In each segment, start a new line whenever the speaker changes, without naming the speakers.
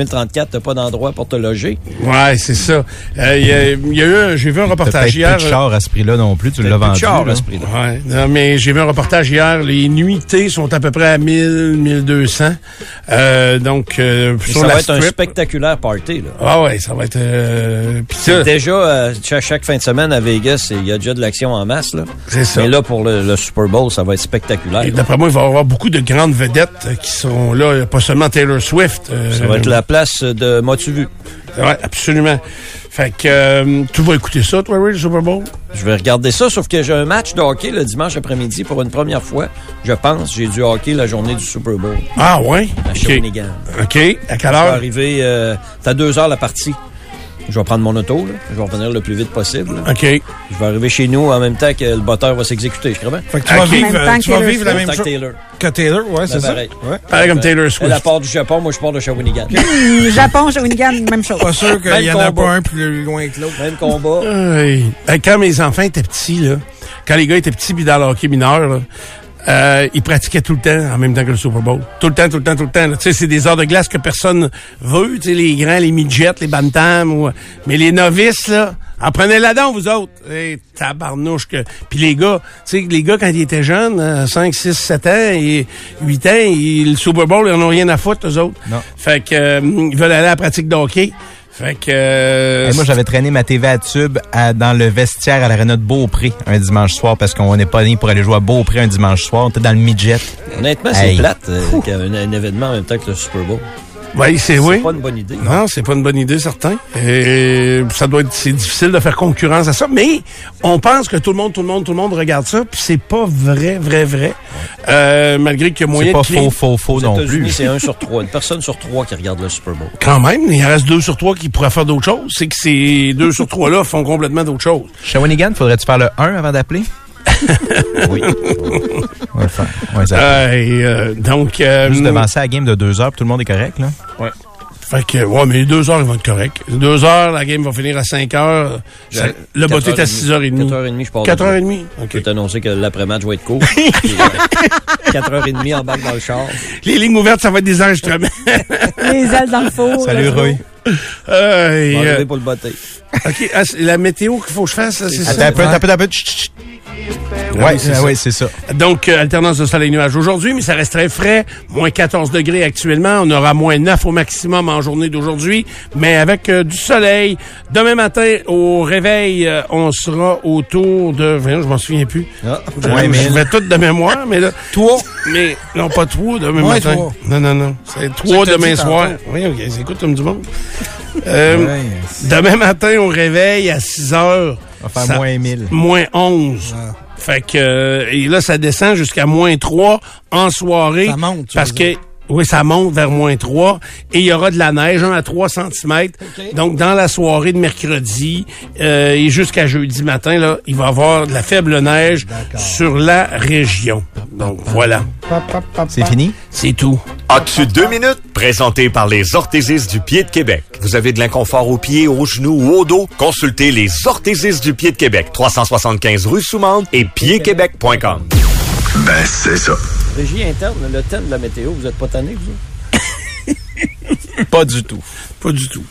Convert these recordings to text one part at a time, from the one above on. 4034, t'as pas d'endroit pour te loger.
Ouais, c'est ça. Euh, Il y a- il y, a eu, un- j'ai vu un
T'as
reportage
peut-être
hier. euh,
plus de char à ce prix-là non plus, tu l'as
euh, Plus de
vendu.
char,
là.
à ce prix-là.
Ouais, non, mais j'ai vu un reportage hier. Les nuitées sont à peu près à 1000, 1200. Euh, donc, euh,
Et
sur
Ça
la
va être un
strip-
spectaculaire party, là.
Ah ouais, ça va être. Euh, pis ça,
Déjà, euh, cha- chaque fin de semaine à Vegas, il y a déjà de l'action en masse. Là.
c'est ça.
Mais là, pour le, le Super Bowl, ça va être spectaculaire.
Et D'après moi, il va y avoir beaucoup de grandes vedettes euh, qui seront là, pas seulement Taylor Swift. euh,
ça va être la place de M'as-tu vu?
Ouais, absolument. Fait que euh, tu vas écouter ça, toi, Ray, le Super Bowl?
Je vais regarder ça, sauf que j'ai un match de hockey le dimanche après-midi pour une première fois. Je pense, j'ai du hockey la journée du Super Bowl
Ah ouais?
à
OK. Ah.
Shawinigan.
OK. À quelle
Je vais
heure?
arriver, euh, t'as deux heures la partie. Je vais prendre mon auto, là. je vais revenir le plus vite possible. là.
OK. Fait
Je vais arriver chez nous en même temps que le batteur va s'exécuter, je crois bien.
Fait que tu vas
Ok.
Même
vivre,
temps
euh, tu vas
que
vivre la
Taylor
même
Tant que
chose
Taylor.
que Taylor, ouais, c'est ça.
pareil.
Ouais.
Pareil comme Taylor
Elle, elle
Swift.
part du Japon, moi je pars de Shawinigan.
Japon, Shawinigan, même chose.
Pas sûr
Même
qu'il y en a
combat.
pas un plus loin que l'autre.
Même combat.
Aïe. Hey, Quand mes enfants étaient petits, là, quand les gars étaient petits, puis dans le hockey mineur, là, euh, ils pratiquaient tout le temps en même temps que le Super Bowl. Tout le temps, tout le temps, tout le temps. là. Tu sais, c'est des heures de glace que personne veut. Tu sais, les grands, les midgets, les bantams. ou- Mais les novices, là, en prenez la dent, vous autres. Hey, tabarnouche. Que... Puis les gars, tu sais, les gars, quand ils étaient jeunes, euh, 5, 6, 7 ans et 8 ans, ils, le Super Bowl, ils en ont rien à foutre, eux autres.
Non.
Fait que, euh, ils veulent aller à la pratique de hockey. Fait que... euh,
Et moi, j'avais traîné ma TV à tube à- dans le vestiaire à l'aréna de Beaupré un dimanche soir parce qu'on n'est pas né pour aller jouer à Beaupré un dimanche soir. On était dans le midget.
Honnêtement, c'est
Hey.
plate euh, qu'il y ait un, un événement en même temps que le Super Bowl.
ouais, c'est
C'est
oui.
pas une bonne idée.
Non, c'est pas une bonne idée, certain. Et ça doit être, c'est difficile de faire concurrence à ça, mais on pense que tout le monde, tout le monde, tout le monde regarde ça, puis c'est pas vrai, vrai, vrai. Euh, malgré qu'il y a moyen
C'est pas
de créer-
faux, faux, faux
Aux
non
États-Unis,
plus.
c'est un sur trois, une personne sur trois qui regarde le Super Bowl.
Quand même, il en reste deux sur trois qui pourraient faire d'autres choses. C'est que ces deux sur trois là font complètement d'autres choses.
Shawinigan, faudrait-tu faire le 1 avant d'appeler? oui.
Euh,
On va le faire. On va les appeler.
Euh, et, euh, donc, euh,
Juste devancer la game de deux heures, puis tout le monde est correct, là.
fait que, ouais, mais les deux heures ils vont être corrects. Les Deux heures, la game va finir à cinq heures. Ça- le botté est à six heures et demie.
4h30, je parle.
Quatre heures et demie. OK.
Je peux t'annoncer que l'après-match va être court. euh, 4h30 en bac dans le char.
Les lignes ouvertes, ça va être des enregistrements.
Les ailes dans le four.
Salut,
let's go.
Roy.
Euh, et,
On va
euh,
arriver pour le botter.
OK, ah, c'est la météo qu'il faut que je fasse, là, c'est ça?
Attends un peu, attends un peu, attends un peu. Chut, chut, chut. Ouais,
c'est
ah
ça.
ouais, c'est ça.
Donc, euh, alternance de soleil et nuages aujourd'hui, mais ça reste très frais. Moins 14 degrés actuellement. On aura moins 9 au maximum en journée d'aujourd'hui, mais avec euh, du soleil. Demain matin, au réveil, euh, on sera autour de... voyons, je m'en souviens plus.
Ah,
Je,
Ouais, mais-
je vais tout de mémoire, mais là...
Toi,
Mais non, pas trois demain
Ouais,
matin.
trois.
Non, non, non. C'est trois
que t'as
demain
dit
soir.
tantôt.
Oui, OK, c'est écoute comme du monde. Euh,
Ouais.
Demain matin, au réveil, à 6 heures...
On va faire
ça-
moins 1000.
moins 11. Fait que euh, et là ça descend jusqu'à moins 3 en soirée
Ça monte, tu
parce
veux
que oui, ça monte vers moins 3 et il y aura de la neige, 1 à 3 cm. Donc, dans la soirée de mercredi euh, et jusqu'à jeudi matin, là, il va y avoir de la faible neige sur la région. Donc, voilà.
C'est fini?
C'est tout.
As-tu deux minutes? Présenté par les orthésistes du pied de Québec. Vous avez de l'inconfort aux pieds, aux genoux ou au dos? Consultez les orthésistes du pied de Québec. 375 rue Soumande et piedquebec.com.
Ben, c'est ça.
Régie interne, le thème de la météo, vous êtes pas tanné, vous? autres?
Pas du tout.
Pas du tout.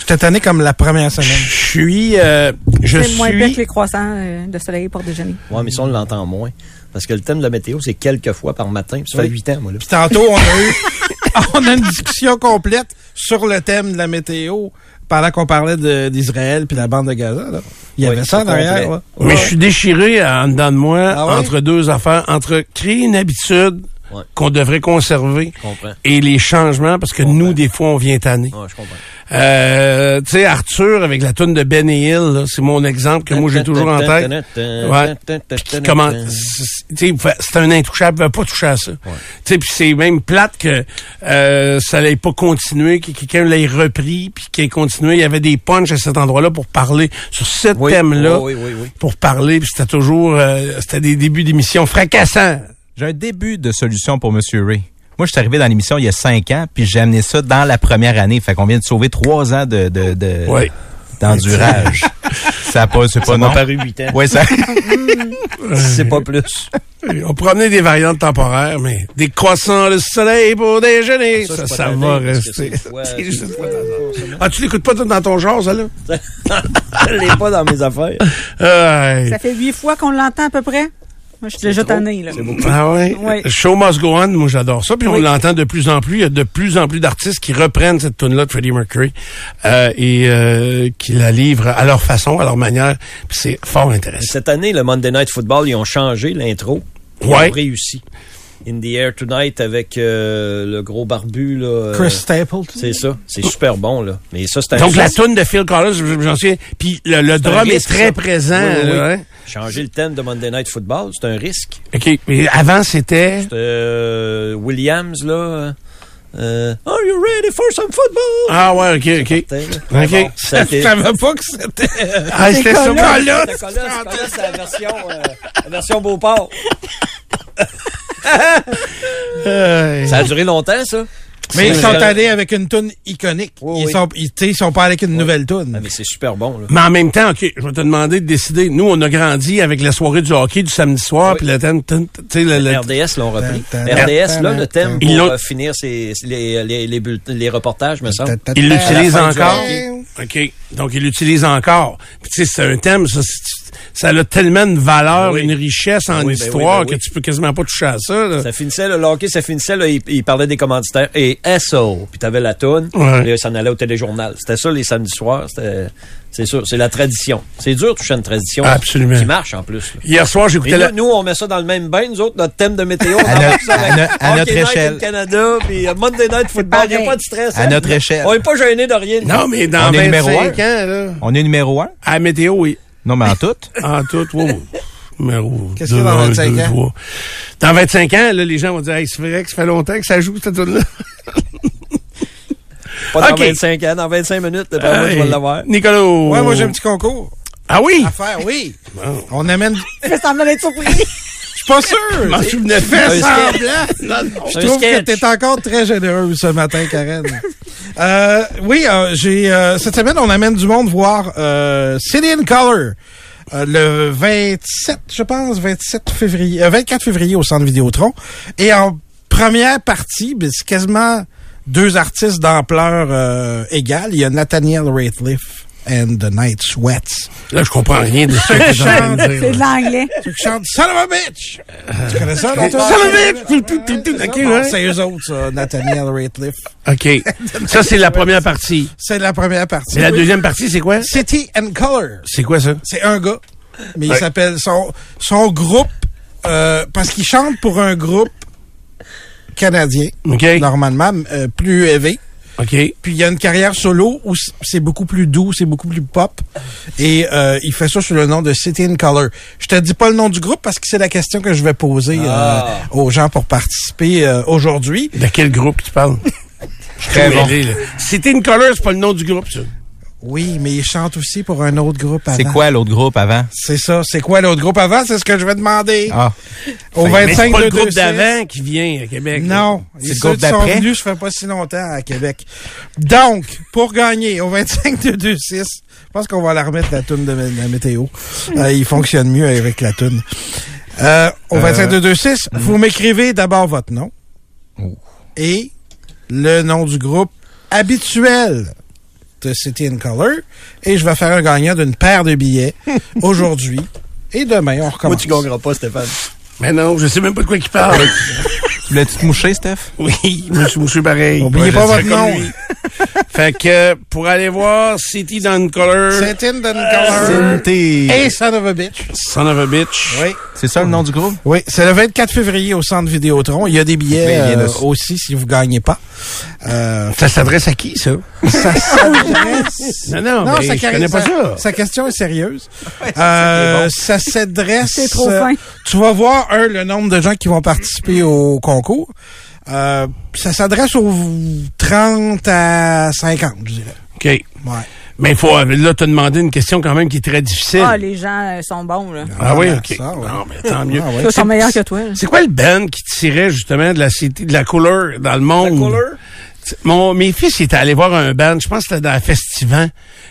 j'étais tanné comme la première semaine.
Je suis... euh, je
C'est moins pire que
suis...
les croissants euh, de soleil pour déjeuner.
Ouais, mais ça, on l'entend moins. Parce que le thème de la météo, c'est quelques fois par matin. Ça fait huit ans, moi, là.
Puis tantôt, on a eu on a une discussion complète sur le thème de la météo pendant qu'on parlait de- d'Israël puis la bande de Gaza. Là. Il y
Oui,
avait ça
c'est
derrière.
complet.
ouais.
Mais je suis déchiré en dedans de moi
Ah ouais?
entre deux affaires, entre créer une habitude
Ouais.
qu'on devrait conserver
Je comprends.
et les changements parce que nous des fois on vient tanner.
Ouais, je comprends.
Euh, tu sais Arthur avec la tune de Ben et Hill, là, c'est mon exemple que moi j'ai toujours en tête. Ouais. Puis qui commence- c'est- tu sais, fa- c'est un intouchable, va pas toucher à ça. Tu sais, puis c'est même plate que euh, ça l'ait pas continué, que quelqu'un l'ait repris, puis qu'il ait continué. Il y avait des punchs à cet endroit-là pour parler sur ce
Oui,
thème-là
oui, oui, oui.
pour parler, puis c'était toujours euh, c'était des débuts d'émission fracassants.
J'ai un début de solution pour Monsieur Ray. Moi, je suis arrivé dans l'émission
Euh,
il y a cinq ans, puis j'ai amené ça dans la première année. Fait qu'on vient de sauver trois ans de, de, de,
Ouais.
d'endurage. ça a pas, c'est pas
Ça m'a
non.
paru 8 ans.
Ouais, ça.
Euh,
C'est pas plus.
On promenait des variantes temporaires, mais des croissants le soleil pour déjeuner, ça,
c'est
ça,
pas ta
va
veille, parce que
rester.
c'est une fois-
C'est
c'est une
juste
fois
une
dans
fois.
la semaine.
Ah, tu l'écoutes pas dans ton genre, ça, là?
Je l'ai pas dans mes affaires.
Aïe.
Ça fait huit fois qu'on l'entend à peu près. Moi, je suis déjà tannée, là.
Ah ouais?
Ouais.
Show must go on, moi j'adore ça. Puis on
Oui.
l'entend de plus en plus. Il y a de plus en plus d'artistes qui reprennent cette tune là de Freddie Mercury euh, et euh, qui la livrent à leur façon, à leur manière. Puis c'est fort intéressant.
Cette année, le Monday Night Football, ils ont changé l'intro. Ils
Ouais.
ont réussi. In the Air Tonight avec euh, le gros barbu. Là, euh,
Chris Stapleton.
C'est ça. C'est super bon, là. Mais ça, c'est un
Donc la
c'est
tune de Phil Collins, je- j'en souviens. Puis le, le
un
drum est
risque,
très
ça.
présent.
Oui, oui,
là,
oui.
hein?
Changer le thème de Monday Night Football, c'est un risque.
OK. Mais avant, c'était...
Euh, Williams, là. euh, Are you ready for some football?
Ah ouais, OK, OK.
Mais
OK.
Ah bon, ça a
Je
été-
savais pas que c'était.
Ah, c'était ça. Collins.
Nicolas, Nicolas, c'est la version, euh, la version Beauport.
Euh,
Ça a duré longtemps, ça.
Mais ils
C'est-
sont allés avec une toune iconique.
Oui,
ils
oui.
sont, ils, tu sais, ils sont pas allés avec une nouvelle
Ah,
toune.
mais c'est super bon, là.
Mais en même temps, OK, je vais te demander de décider. Nous, on a grandi avec la soirée du hockey du samedi soir,
Oui.
puis le... ten- ten- Tu sais, le- le-
RDS l'ont repris.
Tan, tan,
RDS,
tan,
là,
tan,
le thème
Ils
pour
l'ont-
euh, finir ses- les, les, les, bulletins- les reportages, me semble.
Il l'utilise
À la fin du
encore. OK. Donc, il l'utilise encore. Puis, tu sais, c'est un thème, ça, c'est- ça a tellement de valeur,
Oui.
une richesse en
Ben oui, ben
histoire
oui, ben oui.
que tu peux quasiment pas toucher à ça. là.
Ça finissait, là, le hockey, ça finissait, là, il, il parlait des commanditaires et SO. Puis t'avais la toune,
Ouais.
puis là, ça en allait au téléjournal. C'était ça, les samedis soirs. c'était- C'est sûr, c'est la tradition. C'est dur de toucher à une tradition
Absolument.
qui marche, en plus. là.
Hier soir,
Mais
j'écoutais
là,
la...
nous, on met ça dans le même bain, nous autres, notre thème de météo. on
À
embarque
notre-
ça avec
à no- à
Hockey
notre
Night in
échelle.
Canada, puis euh, Monday Night Football, il n'y a
pareil.
pas de stress.
À
hein.
notre échelle.
On n'est pas gêné de rien.
Non, mais dans
On est
25
numéro un.
ans, là,
On est numéro un?
à la météo, oui.
Non, mais en tout.
En tout, wow. Numéro
Qu'est-ce qu'il y a dans
deux, un,
25
deux,
ans?
trois. Dans 25 ans, là, les gens vont dire, hey, c'est vrai que ça fait longtemps que ça joue, cette tune-là.
Pas dans
OK.
25 ans, dans 25 minutes, d'après Ah, moi, je vais
Hey,
l'avoir.
Nicolas.
Ouais,
oh.
moi j'ai un petit concours
Ah oui?
à faire, oui. On amène. Je
Je fais semblant d'être surpris.
suis pas sûr.
Je m'en souvenais pas.
Un
ça.
Blanc.
C'est
Je
un
trouve que
sketch.
t'es encore très généreux ce matin, Karen. Euh, oui, euh, j'ai euh, cette semaine, on amène du monde voir euh, City in Color. euh, le 27, je pense, 27 février, euh, 24 février au Centre Vidéotron. Et en première partie, ben, c'est quasiment deux artistes d'ampleur euh, égale. Il y a Nathaniel Rateliff and the Night Sweats.
Là, je comprends rien de ce que j'ai en train de dire.
C'est de l'anglais.
Ceux qui chantent Son of a bitch! Tu connais ça, Nathan? hein?
Son of a bitch! Tout, tout, tout, tout.
C'est ça,
Ok,
bon,
ouais.
C'est eux autres, ça, Nathaniel Rateliff.
OK. Ça, c'est la première partie.
C'est la première partie.
Mais la
Oui.
deuxième partie, c'est quoi?
City and Color.
C'est quoi ça?
C'est un gars, mais il s'appelle son, son groupe, euh, parce qu'il chante pour un groupe canadien,
OK.
normalement, euh, plus élevé.
OK.
Puis il y a une carrière solo où c- c'est beaucoup plus doux, c'est beaucoup plus pop. Et euh, il fait ça sous le nom de City in Color. Je te dis pas le nom du groupe parce que c'est la question que je vais poser euh,
Ah.
aux gens pour participer euh, aujourd'hui.
De quel groupe tu parles? Je suis
Très
tout
bon.
mêlé, là. C'était une color, c'est pas le nom du groupe, ça.
Oui, mais il chante aussi pour un autre groupe avant.
C'est quoi l'autre groupe avant?
C'est ça. C'est quoi l'autre groupe avant? C'est ce que je vais demander.
Ah.
Au
Mais c'est
25
pas le
226.
groupe d'avant qui vient à Québec. là.
Non,
C'est
Et
le
ceux
groupe
qui sont
d'après?
venus, ça fait pas si longtemps à Québec. Donc, pour gagner au 25 2 2 6, je pense qu'on va la remettre la toune de mé- la météo.
Hmm.
Euh, il fonctionne mieux avec la toune. Euh, au 25 2 2 6,
Euh,
vous
hmm.
m'écrivez d'abord votre nom
Oh.
et le nom du groupe habituel de City in Color et je vais faire un gagnant d'une paire de billets aujourd'hui et demain on
Moi,
recommence.
tu gagneras pas, Stéphane.
Mais non, je sais même pas de quoi il parle.
Tu l'as-tu te mouché, Steph?
oui, je suis mouchu pareil.
Oubliez pas
je
votre
serais comme
nom.
lui. fait que, pour aller voir City Down Color,
City in
euh,
Color
Cinté.
et Son of a Bitch.
Son of a Bitch.
Oui.
C'est ça le nom du groupe?
Oui, c'est le 24 février au Centre Vidéotron. Il y a des billets
Mais il y en a-
euh, aussi si vous gagnez pas. Euh,
Ça s'adresse à qui, ça?
ça s'adresse...
Non, non, mais
sa
je
carri-
connais pas
sa-
ça.
Sa question est sérieuse. Euh, ça s'adresse...
C'est trop
euh,
fin.
Tu vas voir, un, le nombre de gens qui vont participer au concours. Euh, ça s'adresse aux 30 à 50, je dirais.
OK.
Ouais.
Mais faut, euh, là, t'as demandé une question quand même qui est très difficile.
Ah, les gens euh, sont bons, là.
Ah oui,
Ah,
ok.
ça, ouais.
Non, mais tant mieux.
Ah ouais.
Ils sont meilleurs que toi. là.
C'est quoi le band qui tirait justement de la cité, de la couleur dans le monde?
La couleur?
T'sais, Mon, mes fils, ils étaient allés voir un band, je pense que c'était dans la Festivan,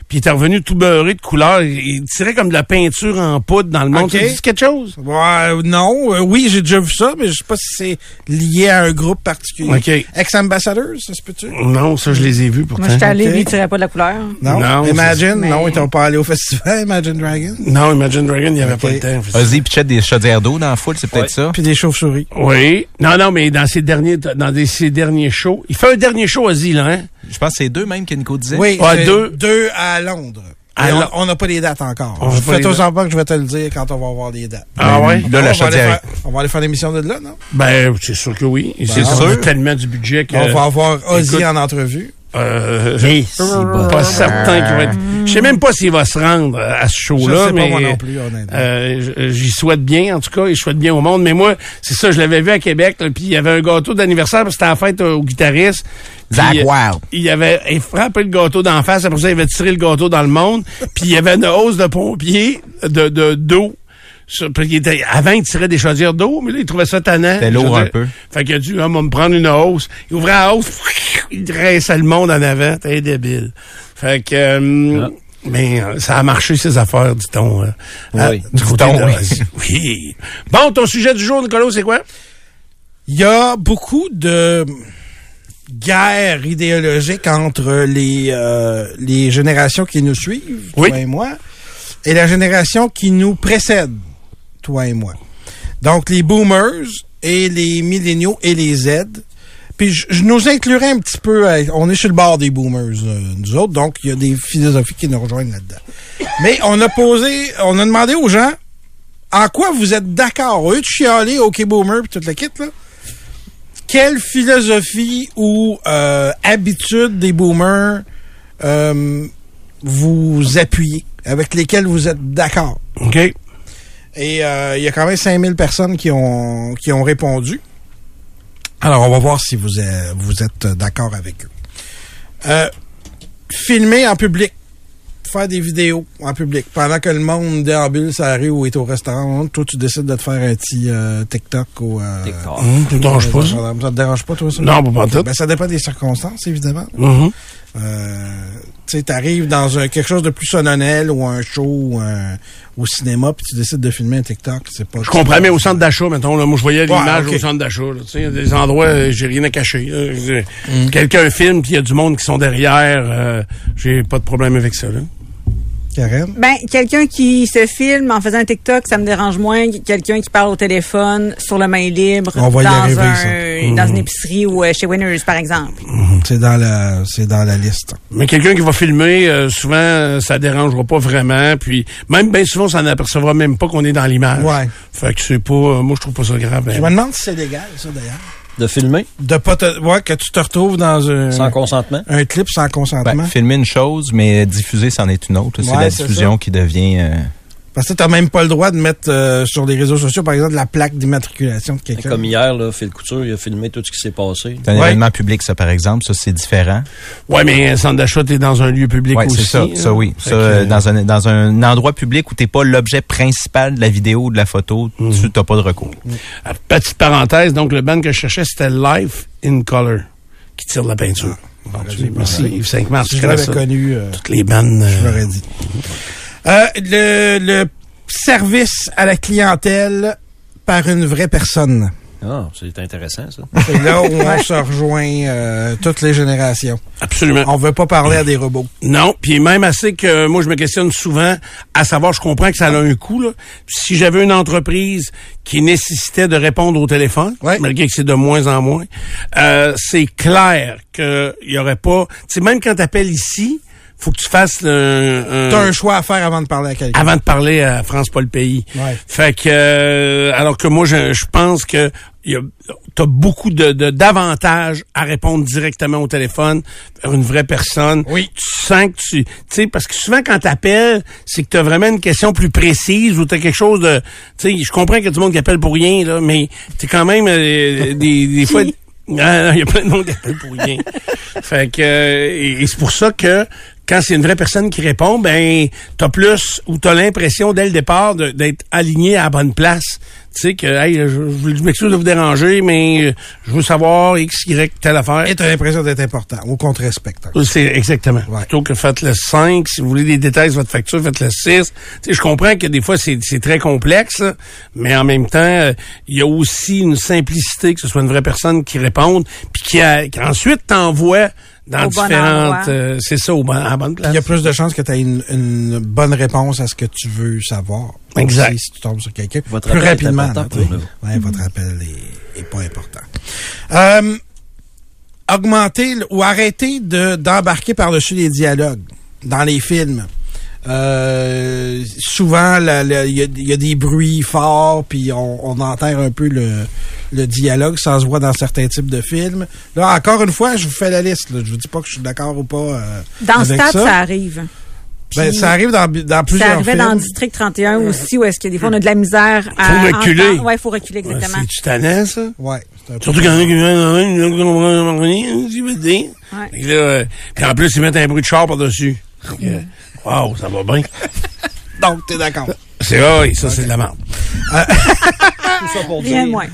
puis ils étaient revenus tout beurrés de couleurs. Ils tiraient comme de la peinture en poudre dans le monde.
Ok.
Ça te dit quelque chose?
Ouais, euh, non, euh, oui, j'ai déjà vu ça, mais je sais pas si c'est lié à un groupe particulier.
Ok.
Ex-ambassadeurs, ça se peut-tu?
Non, ça, je les ai vus pourtant.
Moi, j'étais allée,
ok.
lui, il tirait pas de la couleur.
Non.
Non,
Imagine,
c'est-
non,
mais-
ils t'ont pas allé au festival, Imagine Dragon.
Non, Imagine Dragon, il n'y avait
Ok.
pas le temps.
Ozzy pichette des chaudières d'eau dans la foule, c'est peut-être ça.
Puis des chauves-souris.
Oui. Non, non, mais dans ses derniers, dans des- ses derniers shows. Il fait un dernier show, Ozzy, là, hein?
Je pense que c'est deux même que Nico disait.
Oui,
Ouais,
c'est
deux.
deux à Londres.
À
Et on-
Lon-
on n'a pas les dates encore.
On a pas les
Fais-toi
dates.
en pas que je vais te le dire quand on va avoir les dates.
Ah ouais?
Là, Euh, la
on, va aller
chaudière.
faire, on va aller faire l'émission de là, non?
Ben, c'est sûr que oui. c'est
on
sûr.
a
tellement du budget que...
on va avoir Ozzy
Euh, écoute-
en entrevue.
Euh, pas certain qu'il va être... Je sais même pas s'il va se rendre à ce
Je
show-là,
sais
mais...
pas moi non plus, honnêtement.
euh, j- J'y souhaite bien, en tout cas, et je souhaite bien au monde. Mais moi, c'est ça, je l'avais vu à Québec, là, puis il y avait un gâteau d'anniversaire, parce que c'était la fête euh, au guitariste.
Zach
Puis, euh,
Wild.
Il avait il frappé le gâteau d'en face, après ça, il avait tiré le gâteau dans le monde, puis il y avait une hausse de pompiers de de- d'eau. Sur- puis il était- avant, il tirait des chaudières d'eau, mais là, il trouvait ça tannant.
C'était lourd
Je veux
un
dire,
peu.
Fait qu'il a dû, on va me prendre une hausse. Il ouvrait la hausse, il dressait le monde en avant. T'es débile. Fait que... euh,
Ah.
Mais euh, ça a marché, ces affaires, dit-on. euh, à-
Oui.
du côté
Dit-on,
de- oui. Bon, ton sujet du jour, Nicolas, c'est quoi?
Il y a beaucoup de guerres idéologiques entre les, euh, les générations qui nous suivent,
Oui.
toi et moi, et la génération qui nous précède, toi et moi. Donc, les boomers et les milléniaux et les Z. Puis, je, je nous inclurais un petit peu, à- on est sur le bord des boomers, euh, nous autres, donc il y a des philosophies qui nous rejoignent là-dedans. Mais on a posé, on a demandé aux gens en quoi vous êtes d'accord. Eux de chialer, OK Boomer, puis toute la kit, là. Quelle philosophie ou euh, habitude des boomers euh, vous appuyez, avec lesquelles vous êtes d'accord?
OK.
Et euh, il y a quand même 5000 personnes qui ont, qui ont répondu. Alors, on va voir si vous, euh, vous êtes d'accord avec eux. Euh, filmer en public. Faire des vidéos en public. Pendant que le monde déambule sur la rue ou est au restaurant, toi, tu décides de te faire un petit euh, TikTok ou... euh,
D'accord.
Hum, tu te déranges pas, ça?
ça te dérange pas, toi, ça?
Non, pas
Ok,
pantoute.
ben, ça dépend des circonstances, évidemment.
Mhm.
Euh, tu sais, t'arrives dans un, quelque chose de plus sononnel ou un show ou un- au cinéma, puis tu décides de filmer un TikTok, c'est pas...
Je comprends, mais au centre d'achat, mettons, là, moi, je voyais l'image
ok.
au centre d'achat, là, tu sais, il y a des endroits, euh, j'ai rien à cacher. là. Je veux dire,
Hum.
Quelqu'un filme, puis il y a du monde qui sont derrière, euh, j'ai pas de problème avec ça, là.
Karen?
Ben, quelqu'un qui se filme en faisant un TikTok, ça me dérange moins que quelqu'un qui parle au téléphone sur le main libre
On va y
dans,
arriver, Mmh.
un, dans une épicerie ou euh, chez Winners, par exemple.
Hmm.
C'est dans la c'est dans la liste.
Mais quelqu'un qui va filmer, euh, souvent, euh, ça dérangera pas vraiment, puis même bien souvent, ça n'apercevra même pas qu'on est dans l'image.
Ouais.
Fait que c'est pas, euh, moi, je trouve pas ça grave.
Je
hein.
me demande si c'est légal ça d'ailleurs.
De filmer
De pas te ouais, que tu te retrouves dans un
sans consentement.
un clip sans consentement.
Ben, filmer une chose, mais diffuser, c'en est une autre. C'est
Ouais,
la
c'est
diffusion qui devient... euh,
Parce que t'as même pas le droit de mettre euh, sur les réseaux sociaux par exemple la plaque d'immatriculation de quelqu'un.
Comme hier, là, Phil Couture, il a filmé tout ce qui s'est passé.
C'est un
Ouais.
événement public, ça, par exemple. Ça, c'est différent.
Ouais, mais un centre d'achat, t'es dans un lieu public
Ouais,
aussi.
c'est ça.
hein.
Ça, oui.
Fait
Ça,
que,
euh, dans, un, dans un endroit public où t'es pas l'objet principal de la vidéo ou de la photo,
Mhm.
tu t'as pas de recours.
euh, Petite parenthèse, donc, le band que je cherchais, c'était Life in Color, qui tire la peinture.
Ah,
Bon, tu- merci, Yves 5 mars.
si
je
je
connais
l'avais
ça.
connu euh,
Toutes les bandes.
je l'aurais dit. Euh, le le service à la clientèle par une vraie personne.
Ah, c'est intéressant, ça.
C'est là où on se rejoint euh, toutes les générations.
Absolument.
On veut pas parler à des robots.
Non, puis même assez que euh, moi je me questionne souvent à savoir je comprends que ça a un coût là. Si j'avais une entreprise qui nécessitait de répondre au téléphone,
Ouais.
malgré que c'est de moins en moins, euh, c'est clair que il y aurait pas, tu sais même quand tu appelles ici, faut que tu fasses le,
T'as un choix à faire avant de parler à quelqu'un.
avant de parler à France Paul Pays.
Ouais.
Fait que euh, alors que moi je, je pense que il y a t'as beaucoup de de- d'avantages à répondre directement au téléphone vers une vraie personne.
Oui.
Tu sens que tu tu sais parce que souvent quand t'appelles, c'est que t'as vraiment une question plus précise ou t'as quelque chose de tu sais je comprends qu'il y a du monde qui appelle pour rien là mais t'es quand même euh, des des fois Ah, il y a plein de monde qui appelle pour rien. fait que euh, et, et c'est pour ça que quand c'est une vraie personne qui répond, ben, t'as plus ou t'as l'impression dès le départ de- d'être aligné à la bonne place. Tu sais que, hey, je, je- je m'excuse de vous déranger, mais euh, je veux savoir X, Y, telle affaire.
Et t'as l'impression d'être important, ou qu'on te respecte.
C'est exactement.
Ouais.
Plutôt que faites le 5, si vous voulez des détails sur votre facture, faites le 6. Tu sais, je comprends que des fois, c'est c'est très complexe, là, mais en même temps, euh, il y a aussi une simplicité que ce soit une vraie personne qui réponde, puis qui, a- qui ensuite t'envoie dans
Au bon
différentes...
endroit.
euh, c'est ça, au bon, à la bonne place.
Il y a plus de chances que tu aies une, une bonne réponse à ce que tu veux savoir.
Exact.
Aussi, Si, tu tombes sur quelqu'un.
Votre
plus
appel est
rapidement.
important
là,
pour
oui. Ouais, votre appel est, est pas important. Euh, augmenter le- ou arrêter de, d'embarquer par-dessus les dialogues dans les films. Euh, souvent, la- la- il y, a- il y a des bruits forts, puis on, on enterre un peu le, le dialogue, ça se voit dans certains types de films. Là, encore une fois, je vous fais la liste. Là. Je vous dis pas que je suis d'accord ou pas. euh,
Dans
avec
Stade, ça. arrive.
ben,
Puis-
ça arrive dans, dans
Ça
plusieurs
arrivait
films.
dans District 31 aussi, où est-ce que des fois, on a de la misère à...
Euh, hmm. Faut reculer. Ah,
entendre- Ouais, faut reculer,
Ouais,
exactement.
C'est-tu tannant, ça?
Ouais. c'est un peu-
Surtout quand il y en a qui viennent, euh, ils ne comprennent rien, je veux dire.
Ouais.
Et là, euh, puis en plus, ils mettent un bruit de char par-dessus. Euh, Wow, ça va bien.
Donc, t'es d'accord.
C'est ah, et ça, c'est de la merde.
Tout ça pour
Rien
dire.
de moins.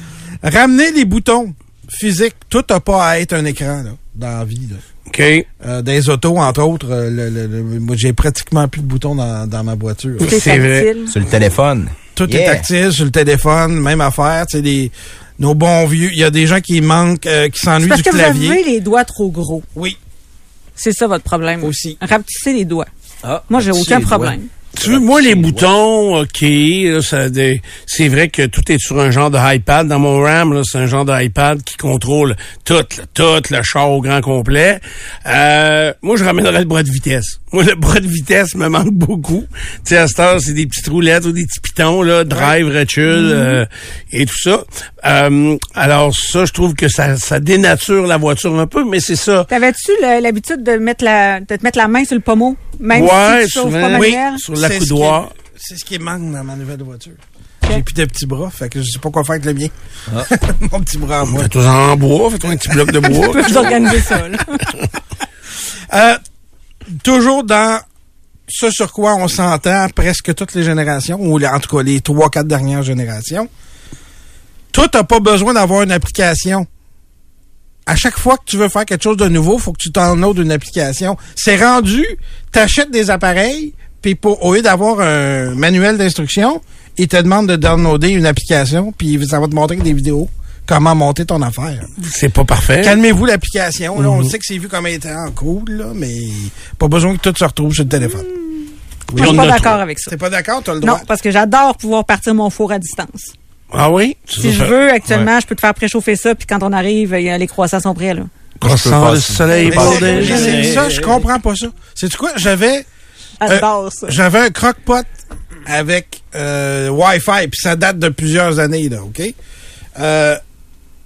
Ramener les boutons physiques. Tout n'a pas à être un écran, là, dans la vie, là.
OK.
Euh, dans les autos, entre autres, euh, le, le- le- moi, j'ai pratiquement plus de boutons dans, dans ma voiture.
C'est
C'est vrai.
facile.
Sur le téléphone.
Tout est
Yeah.
tactile sur le téléphone, même affaire. Tu sais, les- nos bons vieux, il y a des gens qui manquent, euh, qui
C'est
s'ennuient
parce
du
que
clavier.
vous avez les doigts trop gros.
Oui,
C'est ça votre problème.
Aussi.
Rapetissez les doigts.
Ah,
Moi, j'ai
petit
aucun
doigt.
problème.
Tu veux, moi, les boutons, OK, là, ça a des- c'est vrai que tout est sur un genre de iPad. Dans mon RAM, là, c'est un genre de iPad qui contrôle tout, là, tout le char au grand complet. Euh, moi, je ramènerais le bras de vitesse. Moi, le bras de vitesse me manque beaucoup. Tu sais, à cette heure, c'est des petites roulettes ou des petits pitons, là, drive, recul, euh, et tout ça. Euh, alors, ça, je trouve que ça, ça dénature la voiture un peu, mais c'est ça.
T'avais-tu le- l'habitude de, mettre la, de te mettre la main sur le pommeau? Même si tu chauffes pas
souvent,
manuel?
sur la
C'est ce qui-
coudoir.
c'est ce qui manque dans ma nouvelle voiture. J'ai plus de petits bras, fait que je sais pas quoi faire avec le mien.
Ah.
Mon petit bras à moi.
Fais-toi en bois, fais-toi un petit bloc de bois.
Vous organisez ça, là.
Euh, toujours dans ce sur quoi on s'entend presque toutes les générations, ou en tout cas les trois, quatre dernières générations, tout n'a pas besoin d'avoir une application. À chaque fois que tu veux faire quelque chose de nouveau, faut que tu t'en audes une application. C'est rendu, t'achètes des appareils, puis pour au lieu d'avoir un manuel d'instruction, ils te demandent de downloader une application, puis ça va te montrer des vidéos comment monter ton affaire.
C'est pas parfait.
Euh,
Calmez-vous l'application. là. On
Mhm.
le sait que c'est vu comme étant cool, là, mais pas besoin que tout se retrouve sur le téléphone.
Je suis
on en
pas
a
d'accord
trois.
avec ça.
T'es pas d'accord? T'as le droit.
Mm. Non, parce que j'adore pouvoir partir mon four à distance.
Ah oui?
Si je veux, actuellement, je peux te faire préchauffer ça, puis quand on arrive, il y a- les croissants sont prêts, là.
Croissant le soleil
Mais
bordé.
c'est- mais c'est
mais-
ça, je comprends pas ça. C'est quoi? J'avais,
Euh,
J'adore ça.
j'avais un croque-pot avec euh, Wi-Fi, puis ça date de plusieurs années, là, OK? Euh,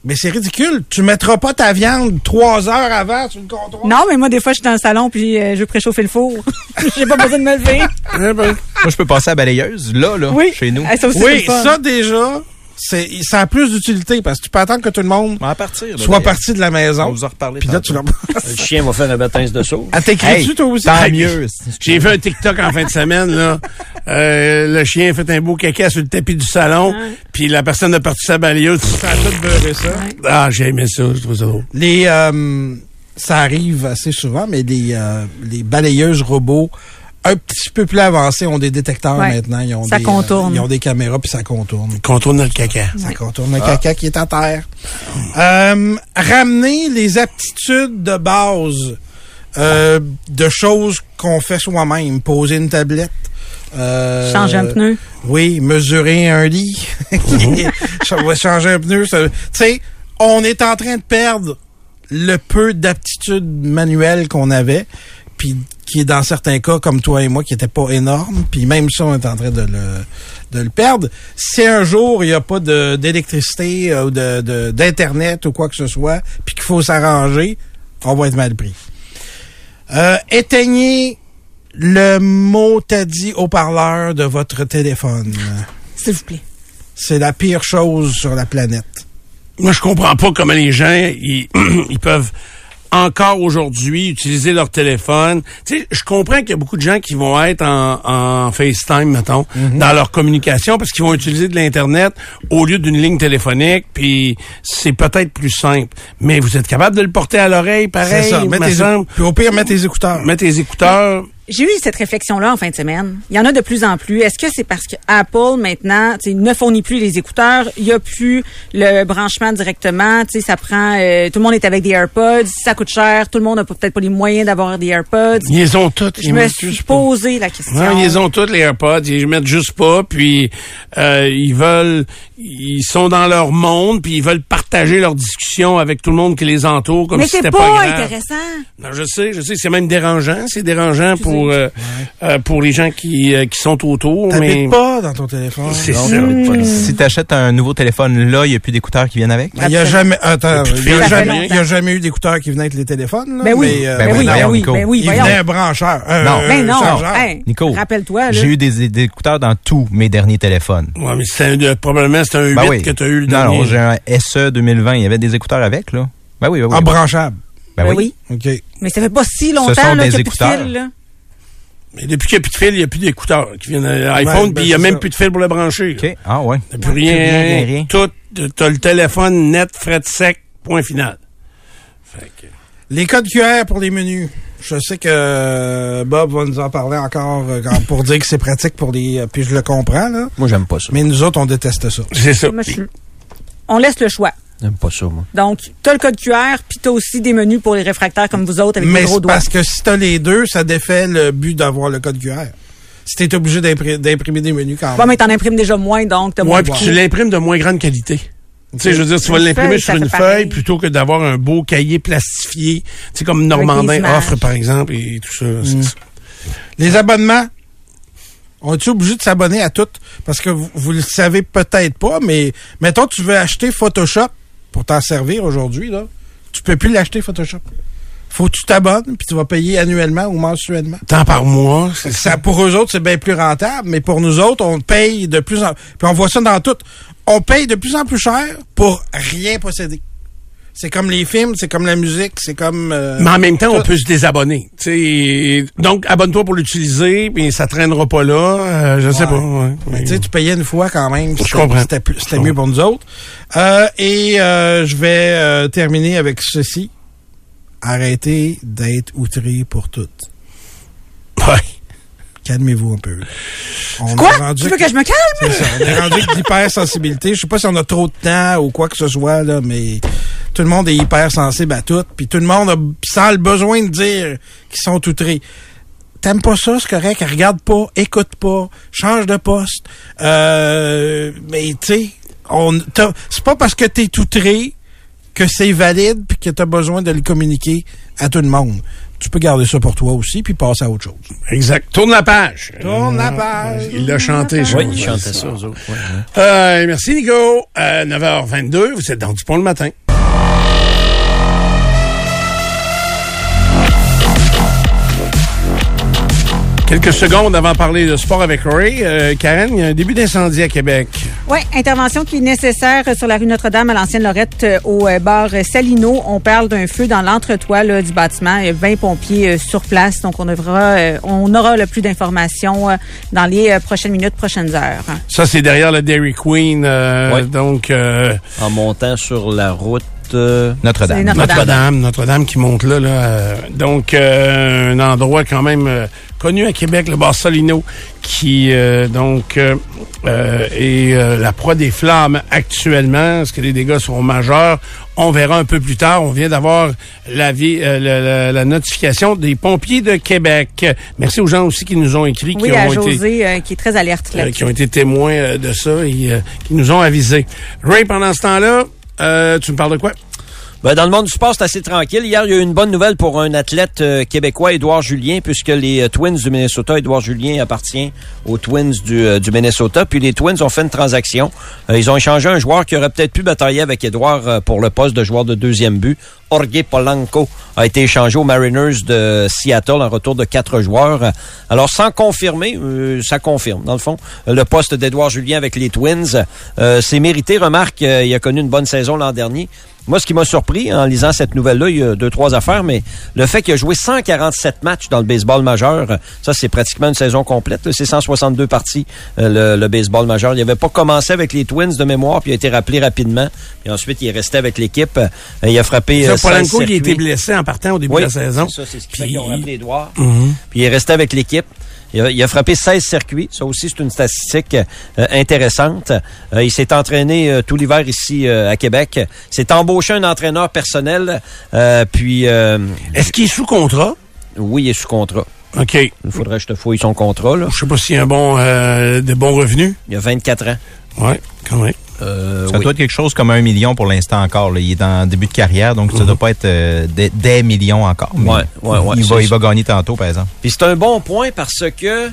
mais c'est ridicule. Tu mettras pas ta viande trois heures avant sur le comptoir.
Non, mais moi, des fois, je suis dans le salon, puis euh, je veux préchauffer le four. J'ai pas besoin de me lever.
Ah,
Eh ben,
Moi, je peux passer à la balayeuse, là, là,
Oui.
chez nous.
Ah, ça aussi, c'est le
Oui,
fun.
ça déjà, c'est, ça a plus d'utilité parce que tu peux attendre que tout le monde
On va en partir. là,
soit
d'ailleurs.
parti de la
On va
maison.
vous en reparler.
Puis là, tu
tantôt.
leur
Le chien va faire un baptême de sauce.
Ah, t'écris-tu,
Hey,
toi aussi?
Tant mieux.
J'ai vu un TikTok en fin de semaine, là. Euh, le chien a fait un beau caca sur le tapis du salon,
Ah.
puis la personne a parti sa balayeuse.
Ça a tout beurré, ça.
Ah, j'ai aimé ça, je trouve ça drôle.
Les, euh, ça arrive assez souvent, mais les, euh, les balayeuses robots un petit peu plus avancés ont des détecteurs
Ouais.
maintenant. Ils ont
Ça
des, euh,
contourne.
ils ont des caméras, puis ça contourne.
Contourne notre caca.
Ça contourne le caca qui est à terre. Euh, ramener les aptitudes de base euh, de choses qu'on fait soi-même. Poser une tablette. euh,
Changer un pneu.
Oui, mesurer un lit. ça va changer un pneu. ça- Tu sais, on est en train de perdre le peu d'aptitude manuelle qu'on avait, puis qui est dans certains cas, comme toi et moi, qui n'était pas énorme, puis même ça, on est en train de le, de le perdre. Si un jour, il n'y a pas de- d'électricité euh, ou de- de- d'Internet ou quoi que ce soit, puis qu'il faut s'arranger, on va être mal pris. Euh, éteignez le mot t'as dit haut-parleur de votre téléphone.
S'il vous plaît.
C'est la pire chose sur la planète.
Moi, je comprends pas comment les gens, ils, ils peuvent encore aujourd'hui utiliser leur téléphone. Tu sais, je comprends qu'il y a beaucoup de gens qui vont être en, en FaceTime, mettons,
Mhm.
dans leur communication parce qu'ils vont utiliser de l'Internet au lieu d'une ligne téléphonique, puis c'est peut-être plus simple. Mais vous êtes capable de le porter à l'oreille, pareil,
C'est ça.
il
Mets
me
tes,
semble.
puis au pire, mets tes écouteurs.
Mets tes écouteurs.
J'ai eu cette réflexion-là en fin de semaine. Il y en a de plus en plus. Est-ce que c'est parce que Apple, maintenant, tu sais, ne fournit plus les écouteurs, il n'y a plus le branchement directement, tu sais, ça prend, euh, tout le monde est avec des AirPods, ça coûte cher, tout le monde n'a peut-être pas les moyens d'avoir des AirPods.
Ils les ont toutes.
Je
ils
me
mettent
suis
juste pas.
posé la question.
Ouais, ils les ont toutes les AirPods, ils les mettent juste pas, puis euh, ils veulent, ils sont dans leur monde, puis ils veulent partager leur discussion avec tout le monde qui les entoure, comme
Mais
si
c'est
c'était
pas,
pas, grave.
intéressant.
Non, je sais, je sais, c'est même dérangeant, c'est dérangeant pour euh, euh, pour les gens qui euh, qui sont autour, mais
T'habites pas dans ton téléphone.
c'est
Non,
ça.
j'avais
Mm.
pas dit.
Si t'achètes un nouveau téléphone, là, il n'y a plus d'écouteurs qui viennent avec?
Il n'y a jamais, attends,
Depuis
il y a
ça fait
jamais,
longtemps.
il y a jamais eu d'écouteurs qui venaient avec les téléphones, là.
Ben oui,
mais, euh,
ben oui,
non.
ben
voyons,
oui,
Nico.
ben oui,
Il
voyons.
venait un brancheur. un-
Non.
un
Ben non,
chargeur.
hey,
Nico,
rappelle-toi, Ah, là.
j'ai eu des, des- des écouteurs dans tous mes derniers téléphones.
Ouais, mais c'est un, de- probablement c'est un 8
Ben oui.
que tu as eu le
non,
dernier.
non, j'ai un E SE 2020. Il y avait des écouteurs avec, là. Ben oui, ben oui.
Ah, branchable.
Ben
Ben
oui.
oui.
OK.
Mais ça fait pas si
Ce sont
longtemps, là,
des
qu'il y a plus de
écouteurs.
fil, là.
mais depuis qu'il n'y a plus de fil, il n'y a plus d'écouteurs qui viennent à l'iPhone,
ben,
puis il n'y a
c'est
même
ça.
plus de fil pour le brancher.
OK. Ah, ouais.
T'as plus rien.
rien, rien.
Tout, t'as le téléphone net, fret sec, point final. Fait que,
Les codes QR pour les menus. Je sais que euh, Bob va nous en parler encore euh, quand- pour dire que c'est pratique pour les... euh, Puis je le comprends, là.
Moi, j'aime pas ça.
Mais nous autres, on déteste ça.
c'est ça.
Moi, je suis- On laisse le choix.
J'aime pas ça, moi.
Donc, t'as le code QR, puis t'as aussi des menus pour les réfractaires comme vous autres avec des
Mais
gros
c'est
doigts.
parce que si t'as les deux, ça défait le but d'avoir le code QR. Si t'es obligé d'impri- d'imprimer des menus quand
Bon,
même.
mais t'en imprimes déjà moins, donc t'as moins
Ouais,
de
puis
coûts.
tu l'imprimes de moins grande qualité. Tu sais, je veux dire, tu vas
Une
l'imprimer
feuille,
sur
ça
une
fait
feuille
pareil.
plutôt que d'avoir un beau cahier plastifié, tu sais, comme
des
Normandin
images.
offre, par exemple, et tout ça. c'est
Mm.
ça.
Les abonnements. On est obligé de s'abonner à toutes? Parce que vous, vous le savez peut-être pas, mais mettons, tu veux acheter Photoshop pour t'en servir aujourd'hui, là. Tu peux plus l'acheter Photoshop. Faut que tu t'abonnes, puis tu vas payer annuellement ou mensuellement.
Tant par mois, c'est ça.
Ça, pour eux autres, c'est bien plus rentable, mais pour nous autres, on paye de plus en Puis on voit ça dans tout. On paye de plus en plus cher pour rien posséder. C'est comme les films, c'est comme la musique, c'est comme. euh,
Mais en même temps, on peut se désabonner. tu sais. Donc, abonne-toi pour l'utiliser, puis ça traînera pas là. euh, je sais
Ouais.
pas. ouais.
Mais tu sais, tu payais une fois quand même.
Je
C'était-
comprends.
C'était plus- c'était
Je
mieux pour nous autres. Euh, et euh, je vais euh, terminer avec ceci. Arrêtez d'être outré pour toutes.
Ouais.
Calmez-vous un peu. On est
Quoi?
rendu
Tu veux que je me calme?
C'est ça, on est rendu avec d'hypersensibilité. Je sais pas si on a trop de temps ou quoi que ce soit, là, mais tout le monde est hypersensible à tout. Puis tout le monde a, sans le besoin de dire qu'ils sont outrés. T'aimes pas ça, c'est correct. Regarde pas, écoute pas, change de poste. Euh, mais tu sais, on- t'as- c'est pas parce que t'es outré que c'est valide puis que t'as besoin de le communiquer à tout le monde. Tu peux garder ça pour toi aussi puis passer à autre chose.
Exact. Tourne la page.
Tourne la page.
Il l'a chanté, je
Oui,
pense.
ils chantaient ça, eux autres. ouais, ouais.
Euh, merci, Nico. Euh, 9h22, vous êtes dans Dupont le matin. Quelques secondes avant de parler de sport avec Ray, euh, Karen, il y a un début d'incendie à Québec.
Oui, intervention qui est nécessaire euh, sur la rue Notre-Dame à l'ancienne Lorette euh, au euh, bar euh, Salino. On parle d'un feu dans l'entretoit là, du bâtiment. Il y a 20 pompiers euh, sur place, donc on, devra, euh, on aura le plus d'informations euh, dans les euh, prochaines minutes, prochaines heures.
Ça, c'est derrière le Dairy Queen, euh,
Ouais.
donc euh,
En montant sur la route. euh,
C'est
Notre-Dame.
Notre- Notre-Dame.
Notre-Dame, Notre-Dame qui monte là. là euh, donc, euh, un endroit quand même euh, connu à Québec, le Barcelino, qui euh, donc euh, euh, est euh, la proie des flammes actuellement. Est-ce que les dégâts seront majeurs? On verra un peu plus tard. On vient d'avoir la, vie- euh, la, la- la notification des pompiers de Québec. Merci aux gens aussi qui nous ont écrit,
Oui,
qui
à
ont été...
José euh, qui est très alerte
Euh,
là
qui ont été témoins euh, de ça et euh, qui nous ont avisés. Ray, pendant ce temps-là, euh, tu me parles de quoi?
Ben, dans le monde du sport, c'est assez tranquille. Hier, il y a eu une bonne nouvelle pour un athlète euh, québécois, Édouard Julien, puisque les euh, Twins du Minnesota, Édouard Julien appartient aux Twins du, euh, du Minnesota. Puis les Twins ont fait une transaction. Euh, ils ont échangé un joueur qui aurait peut-être pu batailler avec Édouard euh, pour le poste de joueur de deuxième but. Jorge Polanco a été échangé aux Mariners de Seattle en retour de quatre joueurs. Euh, Alors, sans confirmer, euh, ça confirme, dans le fond, euh, le poste d'Édouard Julien avec les Twins. Euh, c'est mérité, remarque, euh, il a connu une bonne saison l'an dernier. Moi, ce qui m'a surpris en lisant cette nouvelle-là, il y a deux, trois affaires, mais le fait qu'il a joué 147 matchs dans le baseball majeur, euh, ça, c'est pratiquement une saison complète. là. C'est 162 parties, euh, le, le baseball majeur. Il n'avait pas commencé avec les Twins de mémoire, puis il a été rappelé rapidement. Puis ensuite, il est resté avec l'équipe. Euh, Il a frappé
Ça,
euh, 16
Polanco, il a été
circuits.
blessé en partant au début
Oui,
de la saison.
c'est ça, c'est ce qui fait
Puis- Mhm.
qu'ils ont rappelé Édouard. Puis il est resté avec l'équipe. Il a, il a frappé 16 circuits. Ça aussi, c'est une statistique euh, intéressante. Euh, il s'est entraîné euh, tout l'hiver ici euh, à Québec. s'est embauché un entraîneur personnel. Euh, puis, euh,
Est-ce qu'il est sous contrat?
oui, il est sous contrat.
OK.
Il faudrait que je te fouille son contrat. Là.
Je sais pas s'il a un bon, euh, de bons revenus.
Il a 24 ans.
Ouais, quand même.
Euh,
Ça
oui.
doit être quelque chose comme un million pour l'instant encore. là. Il est en début de carrière, donc ça doit pas être euh, des, des millions encore. mais
Mhm. Ouais, ouais, ouais,
il, va,
c'est
il va gagner tantôt, par exemple.
Puis c'est un bon point parce que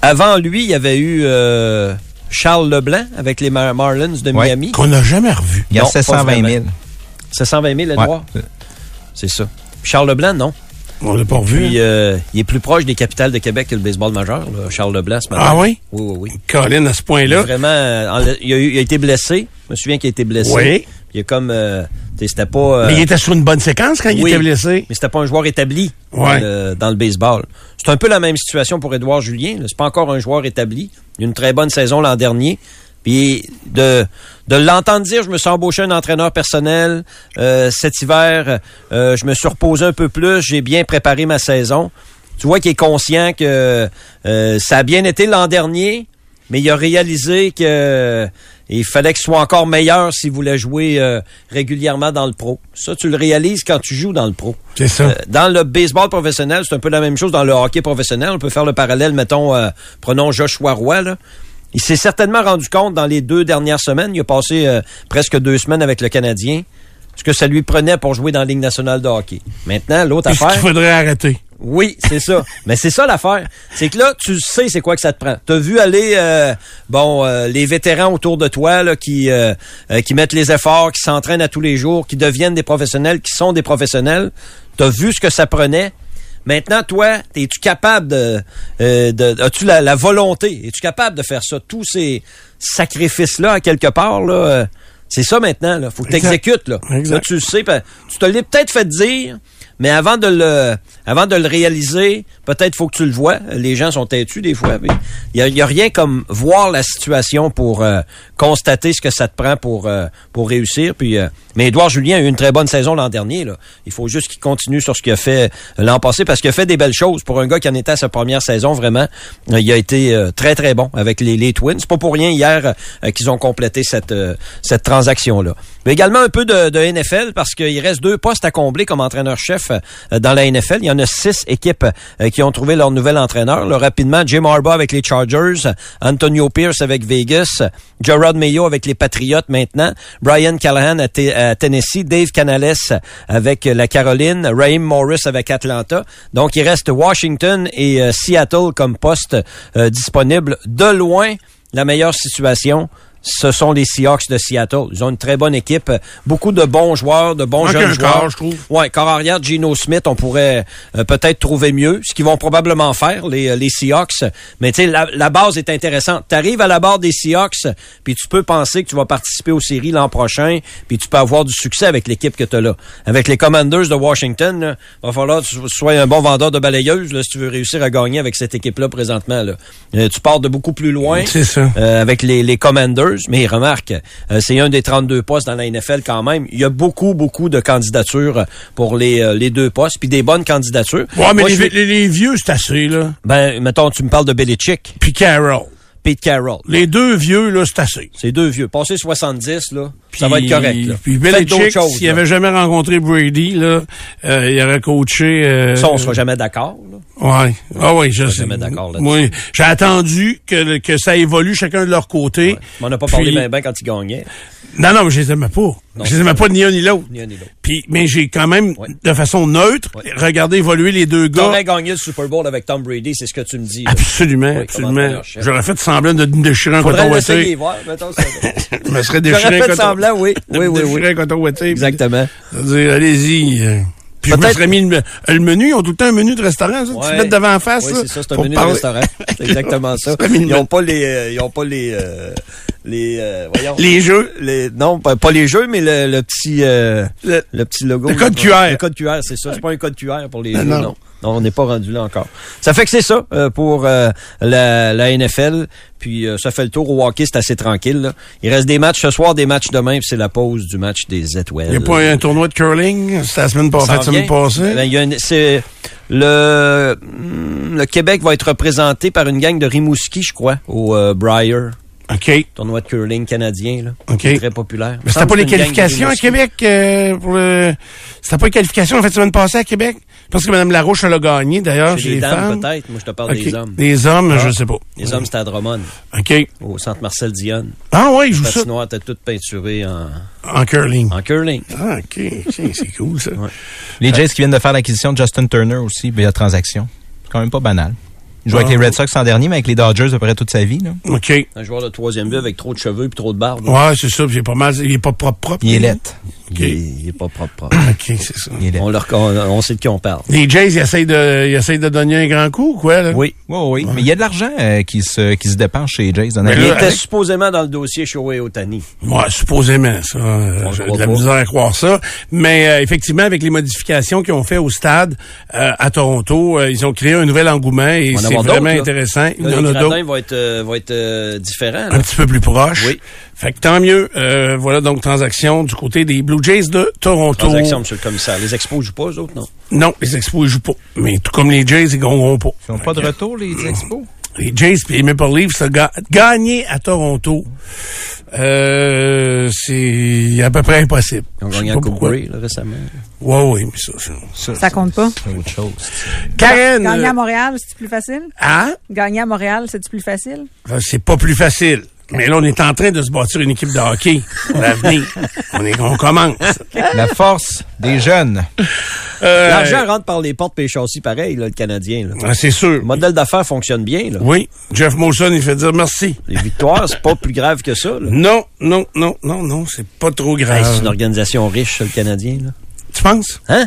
avant lui, il y avait eu euh, Charles Leblanc avec les Mar- Marlins de
Ouais.
Miami.
Qu'on n'a jamais revu.
Il y a
Non, pas
720 000.
vraiment. 720 000
Ouais.
Edouard. C'est ça. Charles Leblanc, non.
On l'a pas revu.
Puis
hein.
euh, il est plus proche des capitales de Québec que le baseball majeur, là, Charles Leblanc, ce matin.
Ah oui?
Oui, oui, oui.
Colin, à
Il
ce
est
point-là.
Vraiment, euh, en le- il a, eu- il a été blessé. Je me souviens qu'il a été blessé.
Oui.
Il est comme... euh, tu sais, c'était pas... euh,
Mais il était sur une bonne séquence quand il
oui,
était blessé.
Mais c'était pas un joueur établi
Ouais.
dans, le, dans le baseball. C'est un peu la même situation pour Édouard Julien. là. C'est pas encore un joueur établi. Il a eu une très bonne saison l'an dernier. Puis de, de l'entendre dire, je me suis embauché un entraîneur personnel euh, cet hiver, euh, je me suis reposé un peu plus, j'ai bien préparé ma saison. Tu vois qu'il est conscient que euh, ça a bien été l'an dernier, mais il a réalisé que euh, il fallait qu'il soit encore meilleur s'il voulait jouer euh, régulièrement dans le pro. Ça, tu le réalises quand tu joues dans le pro.
C'est ça.
Euh, dans le baseball professionnel, c'est un peu la même chose. Dans le hockey professionnel, on peut faire le parallèle, mettons, euh, prenons Joshua Roy. Là. Il s'est certainement rendu compte dans les deux dernières semaines, il a passé euh, presque deux semaines avec le Canadien, ce que ça lui prenait pour jouer dans la Ligue nationale de hockey. Maintenant, l'autre
Puis ce qu'il
affaire...
faudrait arrêter.
Oui, c'est ça. Mais c'est ça l'affaire. C'est que là, tu sais c'est quoi que ça te prend. T'as vu aller euh, bon euh, les vétérans autour de toi là, qui euh, euh, qui mettent les efforts, qui s'entraînent à tous les jours, qui deviennent des professionnels, qui sont des professionnels. T'as vu ce que ça prenait. Maintenant, toi, es-tu capable de, euh, de- as-tu la, la volonté, es-tu capable de faire ça, tous ces sacrifices-là, à quelque part, là, euh, c'est ça maintenant, là. Faut que
Exact.
t'exécutes, là.
Exact.
Là, tu le sais, pa- tu te l'es peut-être fait dire, mais avant de le, avant de le réaliser, peut-être faut que tu le vois. Les gens sont têtus des fois. mais Il y a, il y a rien comme voir la situation pour euh, constater ce que ça te prend pour euh, pour réussir. Puis, euh, mais Édouard Julien a eu une très bonne saison l'an dernier. Là. Il faut juste qu'il continue sur ce qu'il a fait euh, l'an passé parce qu'il a fait des belles choses pour un gars qui en était à sa première saison. Vraiment, Euh, il a été euh, très très bon avec les, les Twins. C'est pas pour rien hier euh, qu'ils ont complété cette euh, cette transaction là. Mais également un peu de, de NFL parce qu'il reste deux postes à combler comme entraîneur-chef euh, dans la NFL. Il y en a six équipes euh, qui ont trouvé leur nouvel entraîneur. Là, rapidement, Jim Harbaugh avec les Chargers, Antonio Pierce avec Vegas, Gerard Mayo avec les Patriots maintenant, Brian Callahan à, T- à Tennessee, Dave Canales avec euh, la Caroline, Raheem Morris avec Atlanta. Donc, il reste Washington et euh, Seattle comme postes euh, disponibles. De loin, la meilleure situation, ce sont les Seahawks de Seattle. Ils ont une très bonne équipe, euh, beaucoup de bons joueurs, de bons
Manque
jeunes
un
joueurs.
corps, je trouve.
Ouais, corps arrière, Gino Smith, on pourrait euh, peut-être trouver mieux, ce qu'ils vont probablement faire les, euh, les Seahawks. Mais tu sais, la, la base est intéressante. Tu arrives à la barre des Seahawks, puis tu peux penser que tu vas participer aux séries l'an prochain, puis tu peux avoir du succès avec l'équipe que tu as là. Avec les Commanders de Washington, là, va falloir que tu sois un bon vendeur de balayeuses là, si tu veux réussir à gagner avec cette équipe-là présentement. Là. Euh, tu pars de beaucoup plus loin.
C'est ça.
Euh, avec les, les Commanders. Mais remarque, euh, c'est un des 32 postes dans la NFL quand même. Il y a beaucoup, beaucoup de candidatures euh, pour les, euh, les deux postes, puis des bonnes candidatures.
Ouais, mais
Moi,
les,
je-
vi- les- les vieux, c'est assez, là.
Ben, mettons, tu me parles de Belichick,
Puis Carroll.
Pete Carroll.
Les deux vieux, là, c'est assez.
C'est deux vieux. Passer 70, là, ça
Puis-
va être correct. Là.
Puis
Faites d'autres
Belichick,
choses,
s'il
là.
avait jamais rencontré Brady, là, euh, il aurait coaché... euh,
Ça, on sera jamais d'accord. là.
Ouais. Ah oui, je sais.
jamais d'accord là-dessus.
Oui. J'ai attendu que, le- que ça évolue chacun de leur côté.
Mais On n'a pas parlé
Puis-
bien ben quand il gagnait.
Non, non, mais je les aimais pas.
Non,
je les aimais pas ni un ni l'autre.
Ni un ni l'autre.
Puis, mais j'ai quand même,
Ouais.
de façon neutre,
Ouais.
regardé évoluer les deux
Tu
gars.
aurais gagné le Super Bowl avec Tom Brady, c'est ce que tu me dis. là.
Ah, Absolument,
Oui, comme
absolument.
entraîneur-chef.
J'aurais fait semblant de me déchirer un
Faudrait
coton
l'essayer,
ouaté.
voir. Mettons, ça.
Je me serais déchiré
J'aurais
un
fait
coton-
semblant, oui.
de
Oui,
me
oui, oui.
déchirer un coton ouaté.
Exactement.
C'est-à-dire, allez-y. euh, Puis je me
Peut-être-
serais mis le, me- le menu. Ils ont tout le temps un menu de restaurant, ça. Tu te
Ouais.
mets devant la face.
Oui,
là,
c'est ça, c'est un
pour
menu de
parler.
restaurant. C'est exactement ça.
C'est un menu
Ils
de-
n'ont pas les. euh, ils ont pas les. euh, les. euh, voyons.
Les jeux.
Les- non, pas pas les jeux, mais le, le petit. euh, le, petit logo.
le
là,
code
pour-
QR.
Le code QR, c'est ça. C'est pas un code QR pour les
Non,
jeux,
non.
non. Non, on n'est pas rendu là encore. Ça fait que c'est ça euh, pour euh, la, la NFL. Puis euh, ça fait le tour au hockey, c'est assez tranquille. là. Il reste des matchs ce soir, des matchs demain, puis c'est la pause du match des étoiles.
Il n'y a pas un tournoi de curling. C'était la semaine
Ça
passée, la semaine
revient.
passée.
Ben, il y a une- c'est- le, mm, le Québec va être représenté par une gang de Rimouski, je crois, au euh, Briar,
OK.
tournoi de curling canadien, là,
OK.
qui est très populaire.
Mais
Il
c'était
me
pas les
semble que c'est une gang de
qualifications à
Rimouski.
Québec euh, pour le. C'était pas les qualifications en fait semaine passée à Québec. Je pense que Mme Larouche elle a gagné d'ailleurs
Chez
chez
les
les
dames,
femmes.
peut-être. Moi, je te parle
OK.
des hommes.
Des hommes, je sais pas.
Les hommes, c'était à Drummond,
OK.
au centre Marcel Dionne.
Ah ouais, ils jouent
Le
ça
patinoire était tout peinturé en,
en curling.
en curling.
Ah OK, Tiens, c'est cool ça.
Les Jays qui viennent de faire l'acquisition de Justin Turner aussi, via transaction. C'est quand même pas banal. Il joue
Ah.
avec les Red Sox en dernier, mais avec les Dodgers à peu près toute sa vie. Là.
OK. Ouais,
Un joueur de troisième but avec trop de cheveux et trop de barbe.
c'est ça, puis il est pas mal, il est pas propre propre.
Il est lettre.
Il, est, il est pas propre. propre.
OK, c'est ça.
Il est
Mhm. on,
lettre.
le recon- on sait de qui on parle.
Les Jays, ils essayent de ils essayent de donner un grand coup ou quoi là
Oui.
Euh, Oui, oui. Mais il y a de l'argent euh, qui, se, qui se dépense chez les Jays.
Mais
Il
là,
était
avec-
supposément dans le dossier Shohei Otani.
Ouais, supposément, ça. Euh,
On
J'ai
le croit
de la
pas.
misère à croire ça. Mais euh, effectivement, avec les modifications qu'ils ont fait au stade euh, à Toronto, euh, ils ont créé un nouvel engouement et
On va en
c'est
avoir
vraiment
d'autres, là.
intéressant. Il
Là,
y en
les
a
gradins
d'autres
vont être, euh, vont être euh, différents. là.
un petit peu plus proches.
Oui.
Fait que tant mieux. Euh, voilà donc transaction du côté des Blue Jays de Toronto.
Transaction, monsieur le commissaire. Les expos jouent pas, eux autres, non?
Non, les Expos ils jouent pas. Mais tout comme les Jays, ils gongeront pas.
Ils n'ont pas de retour, les
Mm.
Expos.
Les Jays et les Maple Leafs ont ga- gagné à Toronto. Euh, c'est à peu près impossible.
Ils ont
Je sais
gagné à
pas
Coupe
pourquoi. Euh,
Grey, là, récemment.
Ouais, oui, mais ça, c'est-
Ça compte pas.
C'est autre chose.
Karen,
Gagner
euh,
à Montréal, c'est plus facile?
hein?
Gagner à Montréal, c'est plus facile?
Euh, c'est pas plus facile. Mais là, on est en train de se bâtir une équipe de hockey pour l'avenir. on, est- on commence.
La force des jeunes.
Euh,
L'argent rentre par les portes et les châssis, pareil, là, le Canadien. là.
euh, C'est sûr.
Le modèle d'affaires fonctionne bien. Là.
Oui, Jeff Molson, il fait dire merci.
Les victoires, c'est pas plus grave que ça. là.
Non, non, non, non, non, c'est pas trop grave.
Hey, c'est une organisation riche, ça, le Canadien. Là.
Tu penses?
Hein?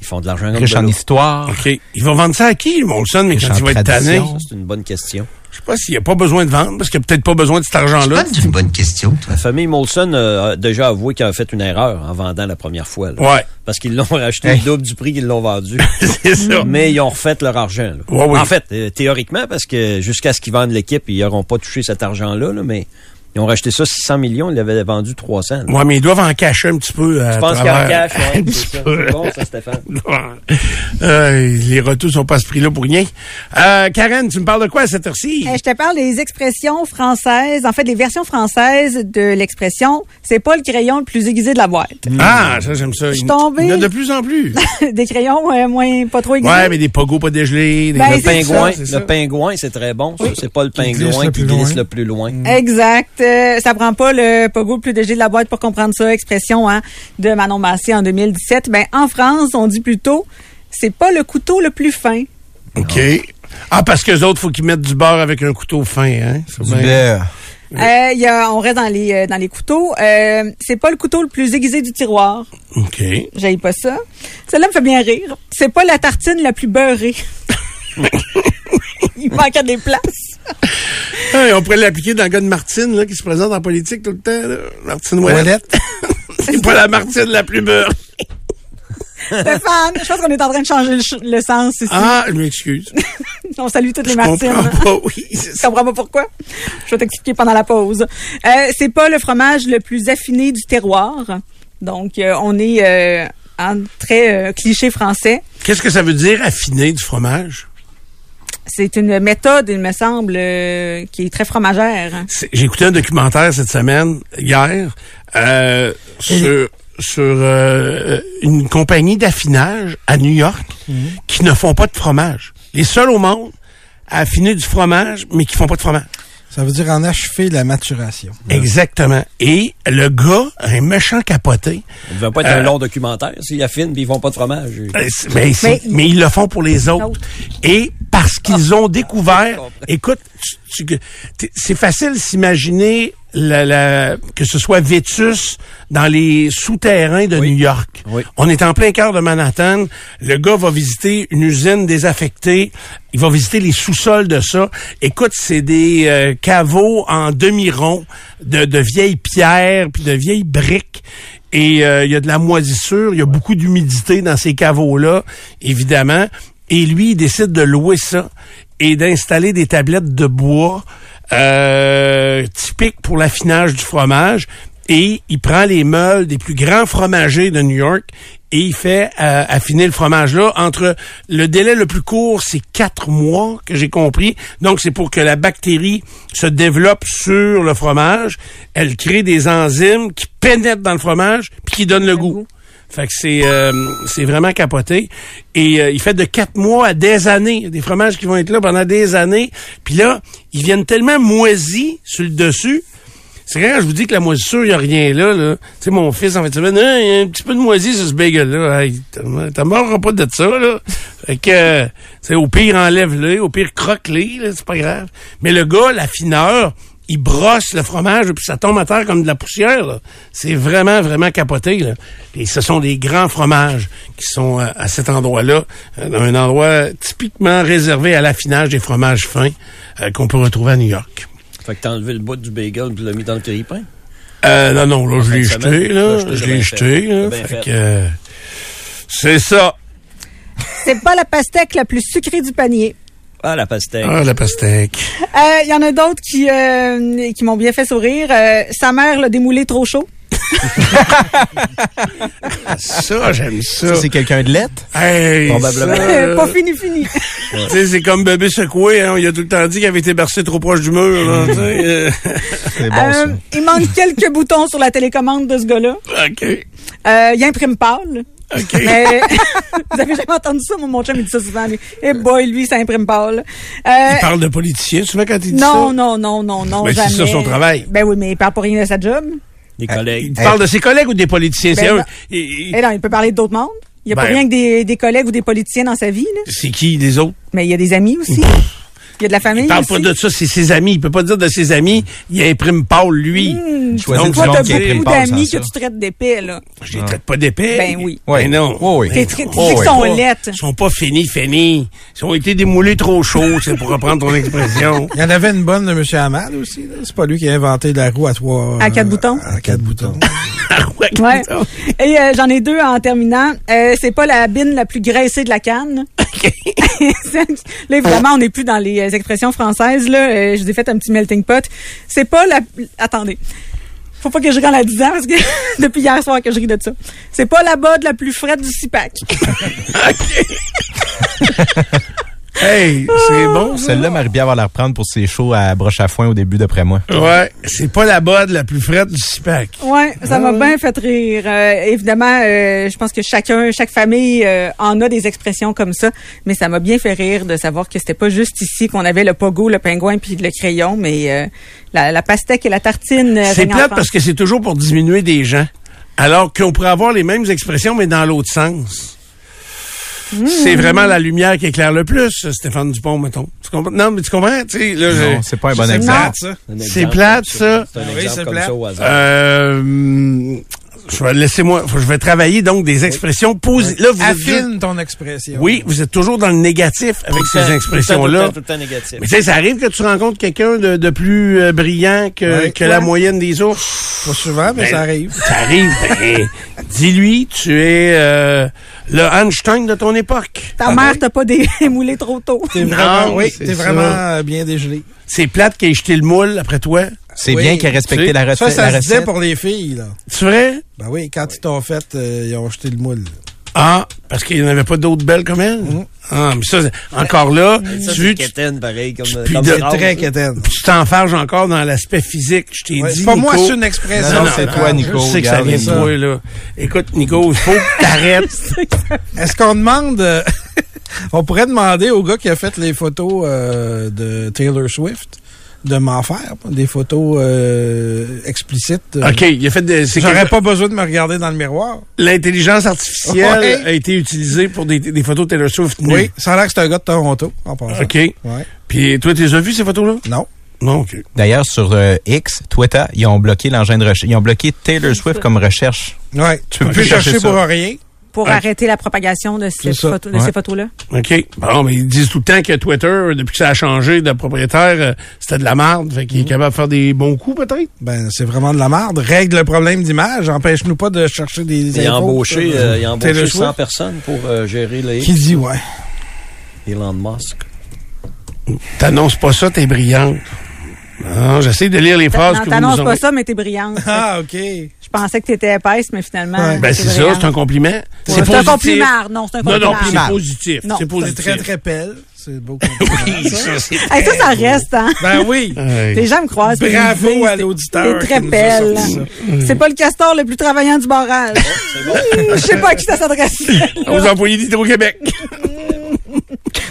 Ils font de l'argent comme
Riche
de
en
l'eau. Ah.
histoire.
OK. Il va vendre ça à qui, Molson, mais
Riche
quand
en
il va être tanné?
tradition.
Ça, C'est une bonne question.
Je sais pas s'il n'y a pas besoin de vendre, parce qu'il n'y a peut-être pas besoin de cet argent-là.
C'est une bonne question, toi.
La famille Molson euh, a déjà avoué qu'elle a fait une erreur en vendant la première fois. là.
Ouais.
Parce qu'ils l'ont racheté
Hey.
le double du prix qu'ils l'ont vendu.
c'est ça.
Mais ils ont refait leur argent. là.
Ouais, oui.
En fait, euh, théoriquement, parce que jusqu'à ce qu'ils vendent l'équipe, ils n'auront pas touché cet argent-là, là, mais ils ont racheté ça 600 millions, ils l'avaient vendu 300. là.
Ouais, mais ils doivent en cacher un petit peu.
Je pense qu'ils en cachent. ouais, c'est ça. C'est bon, ça, Stéphane.
Euh, les retours sont pas à ce prix-là pour rien. Euh, Karen, tu me parles de quoi à cette heure-ci?
Eh, je te parle des expressions françaises. En fait, les versions françaises de l'expression « c'est pas le crayon le plus aiguisé de la boîte
Hmm.
Ah, ça, j'aime ça.
Je suis
Il y en-
tombée.
Il y en a de plus en plus. ».
Des crayons euh, moins, pas trop aiguisés.
ouais, mais des pogos pas dégelés. Des
Ben,
des
Le
c'est
pingouin,
ça, c'est ça.
le pingouin, c'est très bon. ça. C'est pas le
glisse
pingouin
le
qui
plus
glisse
loin.
le plus loin.
Exact. Euh, ça prend pas le pogo le plus léger de la boîte pour comprendre ça. Expression hein, de Manon Massé en 2017. Ben, en France, on dit plutôt « c'est pas le couteau le plus fin
OK. Ah, parce qu'eux autres, faut qu'ils mettent du beurre avec un couteau fin, hein? C'est
Du
bien.
beurre.
Euh, il y a, on reste dans les, euh, dans les couteaux. Euh, c'est pas le couteau le plus aiguisé du tiroir.
OK.
J'aille pas ça. Celle-là me fait bien rire. C'est pas la tartine la plus beurrée. il manquait des places.
Hey, on pourrait l'appliquer dans le gars de Martine, là, qui se présente en politique tout le temps, là. Martine Ouellet.
Toilette.
C'est pas la Martine la plus beurre.
Stéphane, je pense qu'on est en train de changer le, ch- le sens ici.
Ah, je m'excuse.
On salue toutes les
Je
Martines.
comprends pas, oui. c'est
Je
ça.
comprends pas pourquoi. Je vais t'expliquer pendant la pause. Euh, c'est pas le fromage le plus affiné du terroir. Donc, euh, on est euh, en très euh, cliché français.
Qu'est-ce que ça veut dire affiner du fromage?
C'est une méthode, il me semble, euh, qui est très fromagère. hein.
C'est- J'ai écouté un documentaire cette semaine, hier, euh, sur, sur euh, une compagnie d'affinage à New York qui ne font pas de fromage. Les seuls au monde à affiner du fromage, mais qui font pas de fromage.
Ça veut dire en achever la maturation.
Exactement. Et le gars, un méchant capoté,
Ça devait pas être
Euh,
un long documentaire. S'ils affinent, puis ils font pas de fromage.
euh, c'est- mais, c'est-
il-
mais ils le font pour les autres.
Autres.
Et parce qu'ils ont découvert...
comprends.
Écoute, tu- tu- t'es- c'est facile de s'imaginer la- la- que ce soit Vétus dans les souterrains de New York.
Oui.
On est en plein cœur de Manhattan. Le gars va visiter une usine désaffectée. Il va visiter les sous-sols de ça. Écoute, c'est des euh, caveaux en demi-rond de, de vieilles pierres puis de vieilles briques. Et euh, il y a de la moisissure, il y a beaucoup d'humidité dans ces caveaux-là, évidemment. Et lui, il décide de louer ça et d'installer des tablettes de bois euh, typiques pour l'affinage du fromage. Et il prend les meules des plus grands fromagers de New York et il fait euh, affiner le fromage là entre le délai le plus court, c'est quatre mois que j'ai compris. Donc c'est pour que la bactérie se développe sur le fromage. Elle crée des enzymes qui pénètrent dans le fromage puis qui donnent le goût. Fait que c'est euh, c'est vraiment capoté. Et euh, il fait de quatre mois à des années. Il y a Des fromages qui vont être là pendant des années. Puis là, ils viennent tellement moisis sur le dessus. C'est quand je vous dis que la moisissure, il n'y a rien là. là. Tu sais, mon fils, en fait, il y a un petit peu de moisi sur ce bagel-là. Hey, t'en- T'en mourras pas de ça, là. Fait que, euh, c'est au pire, enlève-le. Au pire, croque-le. là, C'est pas grave. Mais le gars, l'affineur, il brosse le fromage puis ça tombe à terre comme de la poussière. là. C'est vraiment, vraiment capoté. là. Et ce sont des grands fromages qui sont euh, à cet endroit-là, euh, dans un endroit typiquement réservé à l'affinage des fromages fins euh, qu'on peut retrouver à New York.
Fait que t'as enlevé le bout du bagel et tu l'as mis dans le grille-pain.
Euh, non, non, là, je
Fin
l'ai
de semaine.
jeté, là.
Là, je l'ai
Je l'ai
bien
jeté,
fait.
là.
Bien
Fait
fait.
que, euh, c'est ça.
C'est pas la pastèque la plus sucrée du panier.
Ah, la pastèque.
Ah, la pastèque.
Euh, Il y en a d'autres qui, euh, qui m'ont bien fait sourire. Euh, sa mère l'a démoulé trop chaud.
ça, j'aime ça.
Ça, c'est quelqu'un de lettre?
Hey,
Probablement.
ça,
Euh, pas fini, fini.
tu sais, c'est comme bébé secoué, hein. Il a tout le temps dit qu'il avait été bercé trop proche du mur, là, tu sais, euh,
C'est bon,
Euh,
ça.
il manque quelques boutons sur la télécommande de ce gars-là.
OK.
Euh, il imprime pâle.
OK.
Mais, vous avez jamais entendu ça? Moi, Mon chum, il dit ça souvent. lui. Eh boy, lui, ça imprime pâle. Euh,
Il parle de politicien, souvent, quand il dit ça.
non, non, non, non, non,
Ben, c'est ça,
jamais.
son travail.
Ben oui, mais il parle pas rien de sa job.
Les collègues.
Il parle de ses collègues ou des politiciens? c'est
Ben,
eux.
non.
Il-
Eh
il-
non, il peut parler d'autres mondes. Il n'y a pas
Ben.
rien que des, des collègues ou des politiciens dans sa vie, là.
C'est qui, les autres?
Mais il y a des amis aussi. Il y a de la famille
Il parle
aussi.
pas de ça, c'est ses amis. Il peut pas dire de ses amis. Il imprime pas, lui.
Hmm.
Choisis
Donc,
du monde
Disons
Toi,
qui
t'as
que-
imprime
beaucoup
pas,
d'amis
sans
que
ça.
tu traites d'épais, là.
Je les traite pas d'épais.
Ben oui.
Ben
Oui.
non.
Oui, oui.
Ben
T'es très- tu
non.
dis qu'ils sont laides.
Ils sont pas finis, finis. Ils ont été démoulés trop chauds, c'est pour reprendre ton expression.
Il y en avait une bonne de M. Hamad aussi. là. C'est pas lui qui a inventé la roue à trois... euh,
À quatre boutons.
À quatre boutons.
Ah ouais,
Ouais.
putain.
Et euh, j'en ai deux en terminant. Euh, c'est pas la bine la plus graissée de la canne. Celle qui- là, évidemment, on n'est plus dans les euh, expressions françaises. Là. Euh, je vous ai fait un petit melting pot. C'est pas la... Attendez. Faut pas que je rende à 10 ans parce que depuis hier soir que je ris de ça. C'est pas la botte la plus frette du CIPAC.
Hey, c'est bon, ça.
Celle-là, Marie-Pierre va la reprendre pour ses shows à broche à foin au début d'après moi.
Ouais, c'est pas la bode la plus frette du CIPAC.
Ouais,
Ah
ça m'a bien fait rire. Euh, évidemment, euh, je pense que chacun, chaque famille euh, en a des expressions comme ça, mais ça m'a bien fait rire de savoir que c'était pas juste ici qu'on avait le pogo, le pingouin puis le crayon, mais euh, la, la pastèque et la tartine. euh,
C'est
règnent en
plate
France.
parce que c'est toujours pour diminuer des gens. Alors qu'on pourrait avoir les mêmes expressions, mais dans l'autre sens.
Hmm.
C'est vraiment la lumière qui éclaire le plus, Stéphane Dupont, mettons. Tu comprends? Non, mais tu comprends? Tu sais, là,
Non,
je-
c'est pas un bon
C'est
exemple.
plate, ça.
Un
c'est
exemple
plate,
comme
ça.
C'est un
Ah oui,
exemple
c'est
comme
plate.
ça au hasard.
Euh, je vais laisser moi. Je vais travailler donc des expressions positives. Là, vous êtes juste-
Affine ton expression.
oui, vous êtes toujours dans le négatif
Tout le
avec
temps- tout le temps, tout le
ces
temps,
expressions-là.
Tout le temps négatif.
Mais tu sais, ça arrive que tu rencontres quelqu'un de, de plus euh, brillant que,
Ouais.
que la
Ouais.
moyenne des ours.
Pas souvent, mais
Ben,
ça arrive.
Ça arrive. ben, Dis-lui, tu es euh, le Einstein de ton époque.
ta mère t'a pas démoulé trop tôt.
T'es
Non,
vraiment, oui,
Ah, c'est
t'es
ça.
vraiment euh, bien dégelé.
C'est plate qui a jeté le moule après toi.
C'est
Oui.
bien qu'il a respecté
Tu-
la, recette-
Ça, ça
la
se disait
recette.
pour les filles, là.
C'est vrai?
Ben oui, quand ils t'ont fait, euh, ils ont jeté le moule.
Ah, parce qu'il n'y en avait pas d'autres belles comme elle. Ah, mais ça, c'est- encore là,
Mm. Ça,
tu, veux-
c'est
tu,
quétaine, pareil, comme, euh,
puis
comme
de-
C'est
phrase.
très quétaine.
tu t'enfarges encore dans l'aspect physique. Je t'ai
Ouais,
dit.
c'est pas moi,
Nico.
c'est une expression.
Non,
Non,
non,
c'est
Ah,
toi,
je
Je
Nico.
sais que ça
Regarde,
vient de
ça.
toi, là. Écoute, Nico, il faut que t'arrêtes.
Est-ce qu'on demande... euh, on pourrait demander au gars qui a fait les photos euh, de Taylor Swift de m'en faire des photos euh, explicites. euh,
OK, il a fait des. c'est
J'aurais
que
pas besoin de me regarder dans le miroir.
L'intelligence artificielle
Ouais.
a été utilisée pour des, des photos de Taylor Swift nues.
Oui, ça a l'air que c'est un gars de Toronto, en passant.
OK.
Ouais.
Puis toi, tu les as vues, ces photos-là?
Non.
Non, OK.
D'ailleurs, sur euh, X, Twitter, ils ont bloqué l'engin de recherche. Ils ont bloqué Taylor Swift comme recherche.
Ouais, tu peux
Ouais,
plus
je vais
chercher
chercher
pour
ça.
rien.
pour
Ouais.
arrêter la propagation de, cette
ça.
photo- de
Ouais.
ces photos-là.
OK. Bon, mais ils disent tout le temps que Twitter, depuis que ça a changé de propriétaire, euh, c'était de la merde. Fait qu'il
Mm-hmm.
est capable de faire des bons coups, peut-être.
Ben, c'est vraiment de la merde. Règle le problème d'image. Empêche-nous pas de chercher des
Il a
infos.
embauché, euh, il a embauché
Taylor
100
Swift.
personnes pour euh, gérer les
Qui dit, ouais.
Elon Musk.
T'annonces pas ça, t'es brillante. Non, j'essaie de lire les phrases
Non,
que vous nous
t'annonces pas
envoyez.
ça, mais t'es brillante.
Ah, OK.
Je pensais que t'étais épaisse, mais finalement.
Ouais.
Ben, c'est ça, c'est un
compliment.
compliment.
C'est un
positif.
compliment. Non, c'est un
Non, non,
compliment.
puis c'est positif.
Non,
C'est
C'est
positif.
très, très belle. C'est beau. compliment, ça.
Hey, ça, ça reste, hein?
ben oui.
Hey.
Les gens me croisent. puis ils me
Bravo
disent,
à
t'es-
l'auditeur
T'es très
qui nous a
belle.
sorti
Mm.
C'est pas le castor le plus travaillant du barrage. Je sais pas à qui ça s'adresse.
Aux employés d'Hydro-Québec.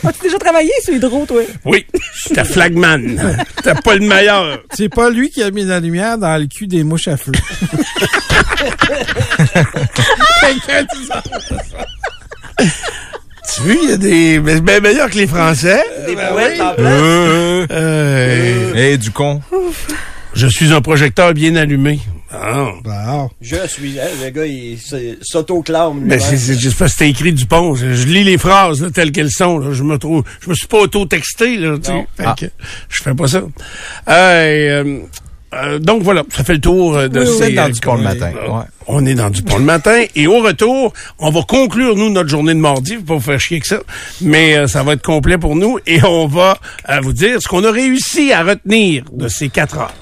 As-tu déjà travaillé sur Hydro, toi?
Oui, t'es flagman. T'es pas le meilleur.
C'est pas lui qui a mis la lumière dans le cul des mouches à feu.
Tu vois, il y a des... mais C'est bien meilleur que les Français.
Des
ben
poètes en
Euh, euh,
Eh, du con.
je suis un projecteur bien allumé. Ah.
Wow.
Je suis. hein, le gars, il s- s'auto-clame.
Ben,
lui-même.
c'est, c'est juste parce que c'est écrit du pont. Je, je lis les phrases là, telles qu'elles sont. là. Je me trouve, je me suis pas auto-texté. Là, tu sais.
Non.
Fait que je fais pas ça. Euh, euh, euh, donc voilà, ça fait le tour euh, de
Vous
ces,
êtes dans
euh,
du con le
oui.
matin.
euh,
Ouais.
On est dans du pont le matin. Et au retour, on va conclure, nous, notre journée de mardi. Faut pas vous faire chier que ça. Mais euh, ça va être complet pour nous. Et on va euh, vous dire ce qu'on a réussi à retenir de ces quatre heures.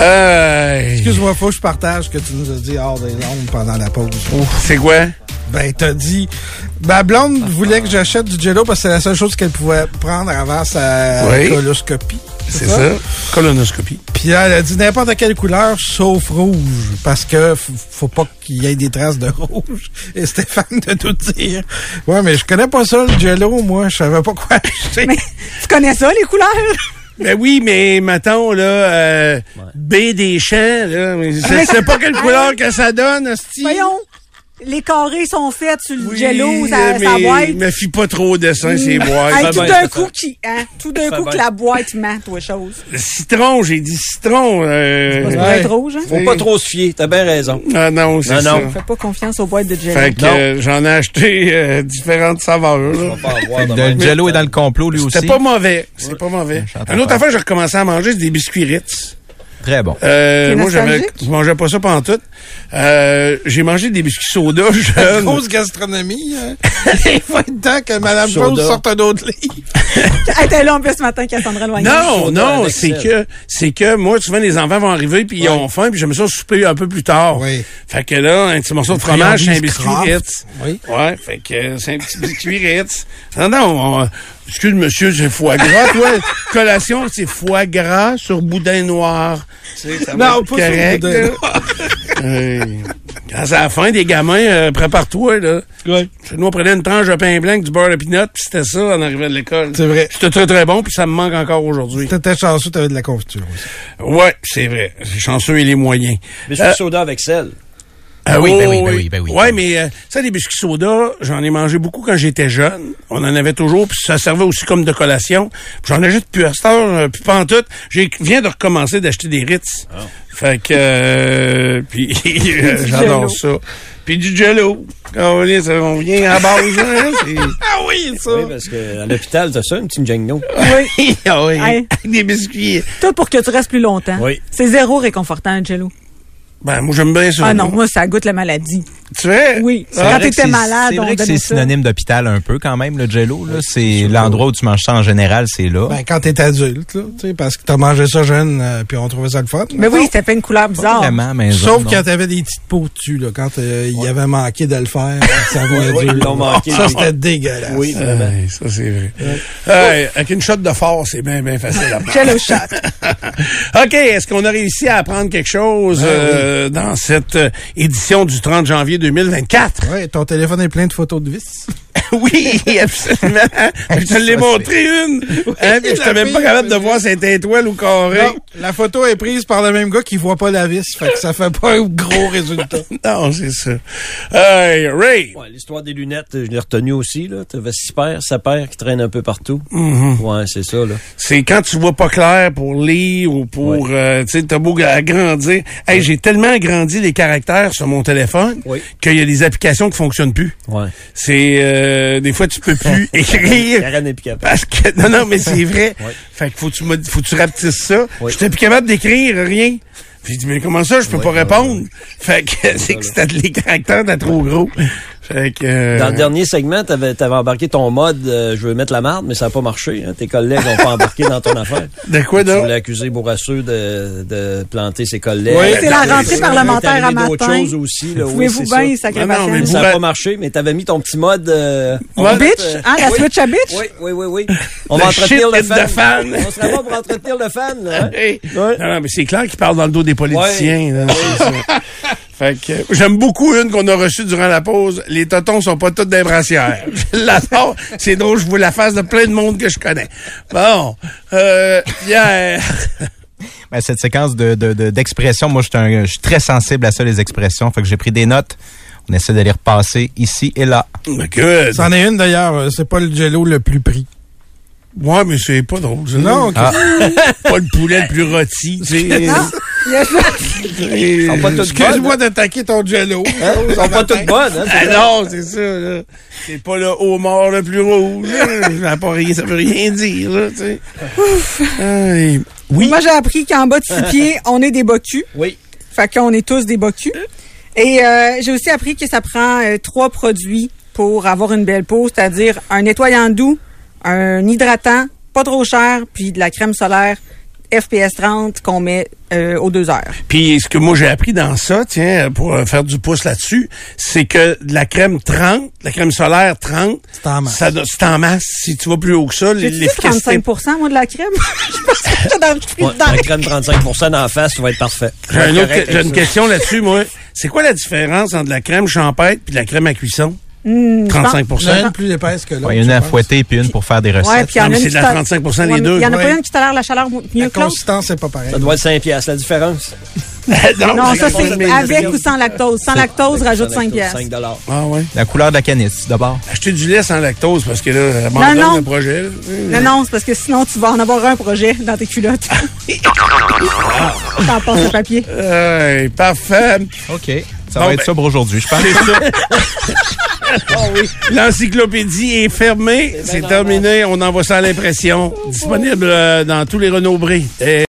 Euh,
Excuse-moi, faut que je partage ce que tu nous as dit hors des ondes pendant la pause.
c'est quoi?
Ben, t'as dit. Ma blonde voulait que j'achète du jello parce que c'est la seule chose qu'elle pouvait prendre avant sa
Oui.
coloscopie.
C'est ça? Colonoscopie.
Puis là, elle a dit n'importe quelle couleur sauf rouge parce que f- faut pas qu'il y ait des traces de rouge. Et Stéphane de tout dire. Ouais, mais je connais pas ça le jello, moi, je savais pas quoi acheter.
Mais tu connais ça, les couleurs?
Ben oui, mais mettons, là, euh, B des champs, là, mais je sais pas quelle couleur que ça donne, hostie.
Voyons. Les carrés sont faits sur le
Oui,
jello, ça,
mais
ça boîte.
Me fie pas trop au dessin, c'est
Hey,
boîte.
tout
bien,
d'un
ça
coup,
fait.
qui, hein, tout d'un
Ça
coup
fait.
que la boîte ment, toi, chose.
Le Citron, j'ai dit citron. euh,
Ça doit
Ouais.
être rouge, hein?
Faut pas trop se fier. T'as bien raison.
Ah non, c'est
Non,
ça.
non.
Fais pas confiance aux boîtes de jello.
Fait que
Non.
euh, j'en ai acheté euh, différentes saveurs.
On
là.
va pas avoir
Fait
de
que
même.
le Jello est dans le complot, lui aussi.
C'était pas mauvais. C'était pas mauvais.
j'entends
Un autre
pas.
affaire, j'ai recommencé à manger, c'est des biscuits Ritz.
Très bon.
Euh,
T'es
moi, j'avais,
nostalgique?
je mangeais pas ça pendant tout. Euh, j'ai mangé des biscuits soda jeune.
Grosse gastronomie. hein. Il faut le temps que Mme
Soda.
Chose sorte un autre livre.
Elle était là en plus ce matin, Cassandra Loignon.
Non,
soda
non,
avec
c'est
sel.
que c'est que moi souvent les enfants vont arriver puis ils ont faim puis j'aime ça souper un peu plus tard.
Oui.
Fait que là un petit morceau de fromage, c'est un
friandise
biscuit
Kraft.
Ritz.
Oui.
Ouais, fait que euh, c'est un petit biscuit Ritz. Non, non, on- excuse monsieur, c'est foie gras toi. Collation, c'est foie gras sur boudin noir. Tu sais, ça va
Non,
être
pas sur
correct,
boudin
là. Euh, Quand c'est la fin des gamins, euh, prépare-toi là. Chez nous, on prenait une tranche de pain blanc avec du beurre de pinot, puis c'était ça en arrivant de l'école.
C'est vrai.
C'était très très bon, puis ça me manque encore aujourd'hui.
T'étais chanceux, t'avais de la confiture aussi.
Ouais, c'est vrai. C'est chanceux et les moyens.
Biscuit
Euh,
soda avec sel.
ah
oui, ben oui, ben oui, ben oui.
Ouais, mais euh, ça, les biscuits soda, j'en ai mangé beaucoup quand j'étais jeune. On en avait toujours, puis ça servait aussi comme de collation. Puis J'en ai juste plus à cette heure, euh, plus pas en tout. Je viens de recommencer d'acheter des Ritz. Fait que... euh, puis euh, j'adore ça. Puis du Jello. Quand on vient, ça- on vient à la base. hein, c'est-
Ah oui, ça!
Oui, parce que à l'hôpital, t'as ça, une petite Django.
Ah oui,
Hey.
des biscuits.
Tout pour que tu restes plus longtemps.
Oui.
C'est zéro réconfortant, un jello.
Ben, moi, j'aime bien ça.
Ah non, moi, ça goûte la maladie.
Tu sais?
Oui.
C'est
Quand
vrai que
t'étais
c'est-
malade,
c'est
on
vrai que
donnait
c'est
ça.
synonyme d'hôpital un peu quand même, le jello. Là. C'est l'endroit où tu manges ça en général, c'est là.
Ben, quand t'es adulte, là, tu sais, parce que t'as mangé ça jeune, euh, puis on trouvait ça le fun.
Mais oui, ça fait une couleur
Pas
bizarre.
vraiment à maison,
Sauf
non.
quand t'avais des petites peaux dessus, là, quand euh, il avait manqué de le faire, ça voulait
Oui,
dire.
ils l'ont manqué.
Ça, c'était dégueulasse.
Oui, vraiment.
Ouais, ça, c'est vrai. Ouais, avec une shot de fort, c'est bien, bien facile à prendre.
Jello shot.
OK, est-ce qu'on a réussi à apprendre quelque chose euh, dans cette euh, édition du 30 janvier 2024?
Ouais, ton téléphone est plein de photos de vis.
oui, absolument. Hein? je te l'ai
Ça,
montré une. Hein, puis j'étais
la
même pas
fille,
capable de
oui.
voir cette étoile ou carré.
Non, la photo est prise par le même gars qui voit pas la vis, fait que ça fait pas un gros résultat.
Non, c'est ça. Euh, Ray.
Ouais, l'histoire des lunettes, je l'ai retenue aussi, là. T'avais six paires, sa paire qui traîne un peu partout.
Mm-hmm.
Ouais, c'est ça, là.
C'est quand tu vois pas clair pour lire ou pour,
Ouais.
euh, tu sais, t'as beau agrandir. Hey, j'ai tellement agrandi les caractères sur mon téléphone
Oui.
qu'il y a des applications qui fonctionnent plus.
Ouais.
C'est, euh, des fois, tu peux plus écrire.
Karen est plus capable.
Parce que, non, non, mais c'est vrai.
Ouais.
Fait que faut que tu, mod- faut que tu rapetisses ça.
Oui.
J'étais plus capable d'écrire rien. Puis je dis, mais comment ça, je peux
Ouais,
pas
ouais,
répondre? Fait que, c'est que c'était les caractères, t'as trop gros. Fait que, euh,
Dans le dernier segment, t'avais, t'avais embarqué ton mode euh, je veux mettre la marde, mais ça n'a pas marché. hein. Tes collègues n'ont pas embarqué dans ton affaire.
de quoi
Tu
donc?
voulais accuser Bourassa de, de planter ses collègues.
Oui,
C'est la rentrée
Il
parlementaire
est arrivé
à
d'autres
matin.
choses aussi, là. Oui,
Pouvez-vous
c'est
bien,
ça.
sacré
Non, non,
bataille.
mais
Ça n'a
Bourra-
pas marché, mais t'avais mis ton petit mode. euh, on
Ouais.
va-
Bitch? Ah, la
Oui.
switch à bitch?
Oui, oui, oui, oui. On
Le
va entretenir le
shit
fan.
de fan.
On se revoit pour entretenir le fan. là, hein?
Hey.
Ouais.
Non, non, mais c'est clair qu'il parle dans le dos des politiciens. là. C'est ça. fait que euh, j'aime beaucoup une qu'on a reçue durant la pause. Les totons sont pas toutes des brassières. Je L'adore. C'est drôle, je vois la face de plein de monde que je connais. Bon, euh, hier,
Ben, cette séquence de, de, de- d'expression, moi, je suis un- je suis très sensible à ça, les expressions. Fait que j'ai pris des notes. On essaie de les repasser ici et là.
Mais que-
C'en est une d'ailleurs, euh, c'est pas le jello le plus pris.
Ouais, mais c'est pas drôle. ça.
Non, ok.
Ah.
Pas le poulet le plus rôti. tu sais.
Ah.
Ils sont pas toutes
Excuse-moi
bonnes.
d'attaquer ton jello.
Hein? Ils sont pas toutes bonnes. hein?
Ah non, c'est ça, là. C'est pas le homard le plus rouge, là. Ça pas rien- ça veut rien dire, là, tu sais. Aïe. Oui.
Moi, j'ai appris qu'en bas de six pieds, on est des bocus.
Oui.
Fait qu'on est tous des bocus. Et euh, j'ai aussi appris que ça prend euh, trois produits pour avoir une belle peau, c'est-à-dire un nettoyant doux, un hydratant, pas trop cher, puis de la crème solaire FPS 30 qu'on met euh, aux deux heures.
Puis ce que moi j'ai appris dans ça, tiens, pour euh, faire du pouce là-dessus, c'est que de la crème 30, la crème solaire 30,
C'est en masse.
ça doit- c'est en masse. Si tu vas plus haut que ça,
J'ai
l'efficacité.
35 moi, de la crème. Je pense que j'étais dans le prix
Ouais, la crème 35 dans la face, ça va être parfait.
J'ai un autre- j'ai une question là-dessus, moi. C'est quoi la différence entre la crème champêtre et la crème à cuisson?
Hmm,
35
L'un est plus épaisse que l'autre.
Ouais, il y en a
je
à
pense.
fouetter puis une pour faire des
Ouais,
recettes.
puis il y en a
Non, mais
une
c'est
qui
de la
tolère-
35% les
Ouais, mais
deux.
Il y en a
Ouais.
pas une qui tolère la chaleur mieux
La
que l'autre.
consistance, c'est pas pareil.
Ça doit être 5 piastres, la différence.
Ah,
Non, ça,
consistance, mais-
c'est avec ou sans lactose. Sans lactose, rajoute 5 pièces.
5 dollars.
Ah ouais.
La couleur de la canisse, d'abord.
Acheter du lait sans lactose parce que là, abandonne
non.
le projet. là.
Non, non, c'est parce que sinon, tu vas en avoir un projet dans tes culottes. T'en passes le papier.
Hey, parfait.
OK. Ça
Bon,
va être
ben-
ça pour aujourd'hui, je pense.
C'est ça. L'encyclopédie est fermée. C'est terminé. On envoie ça à l'impression. Disponible euh, dans tous les Renaud Bré. Et-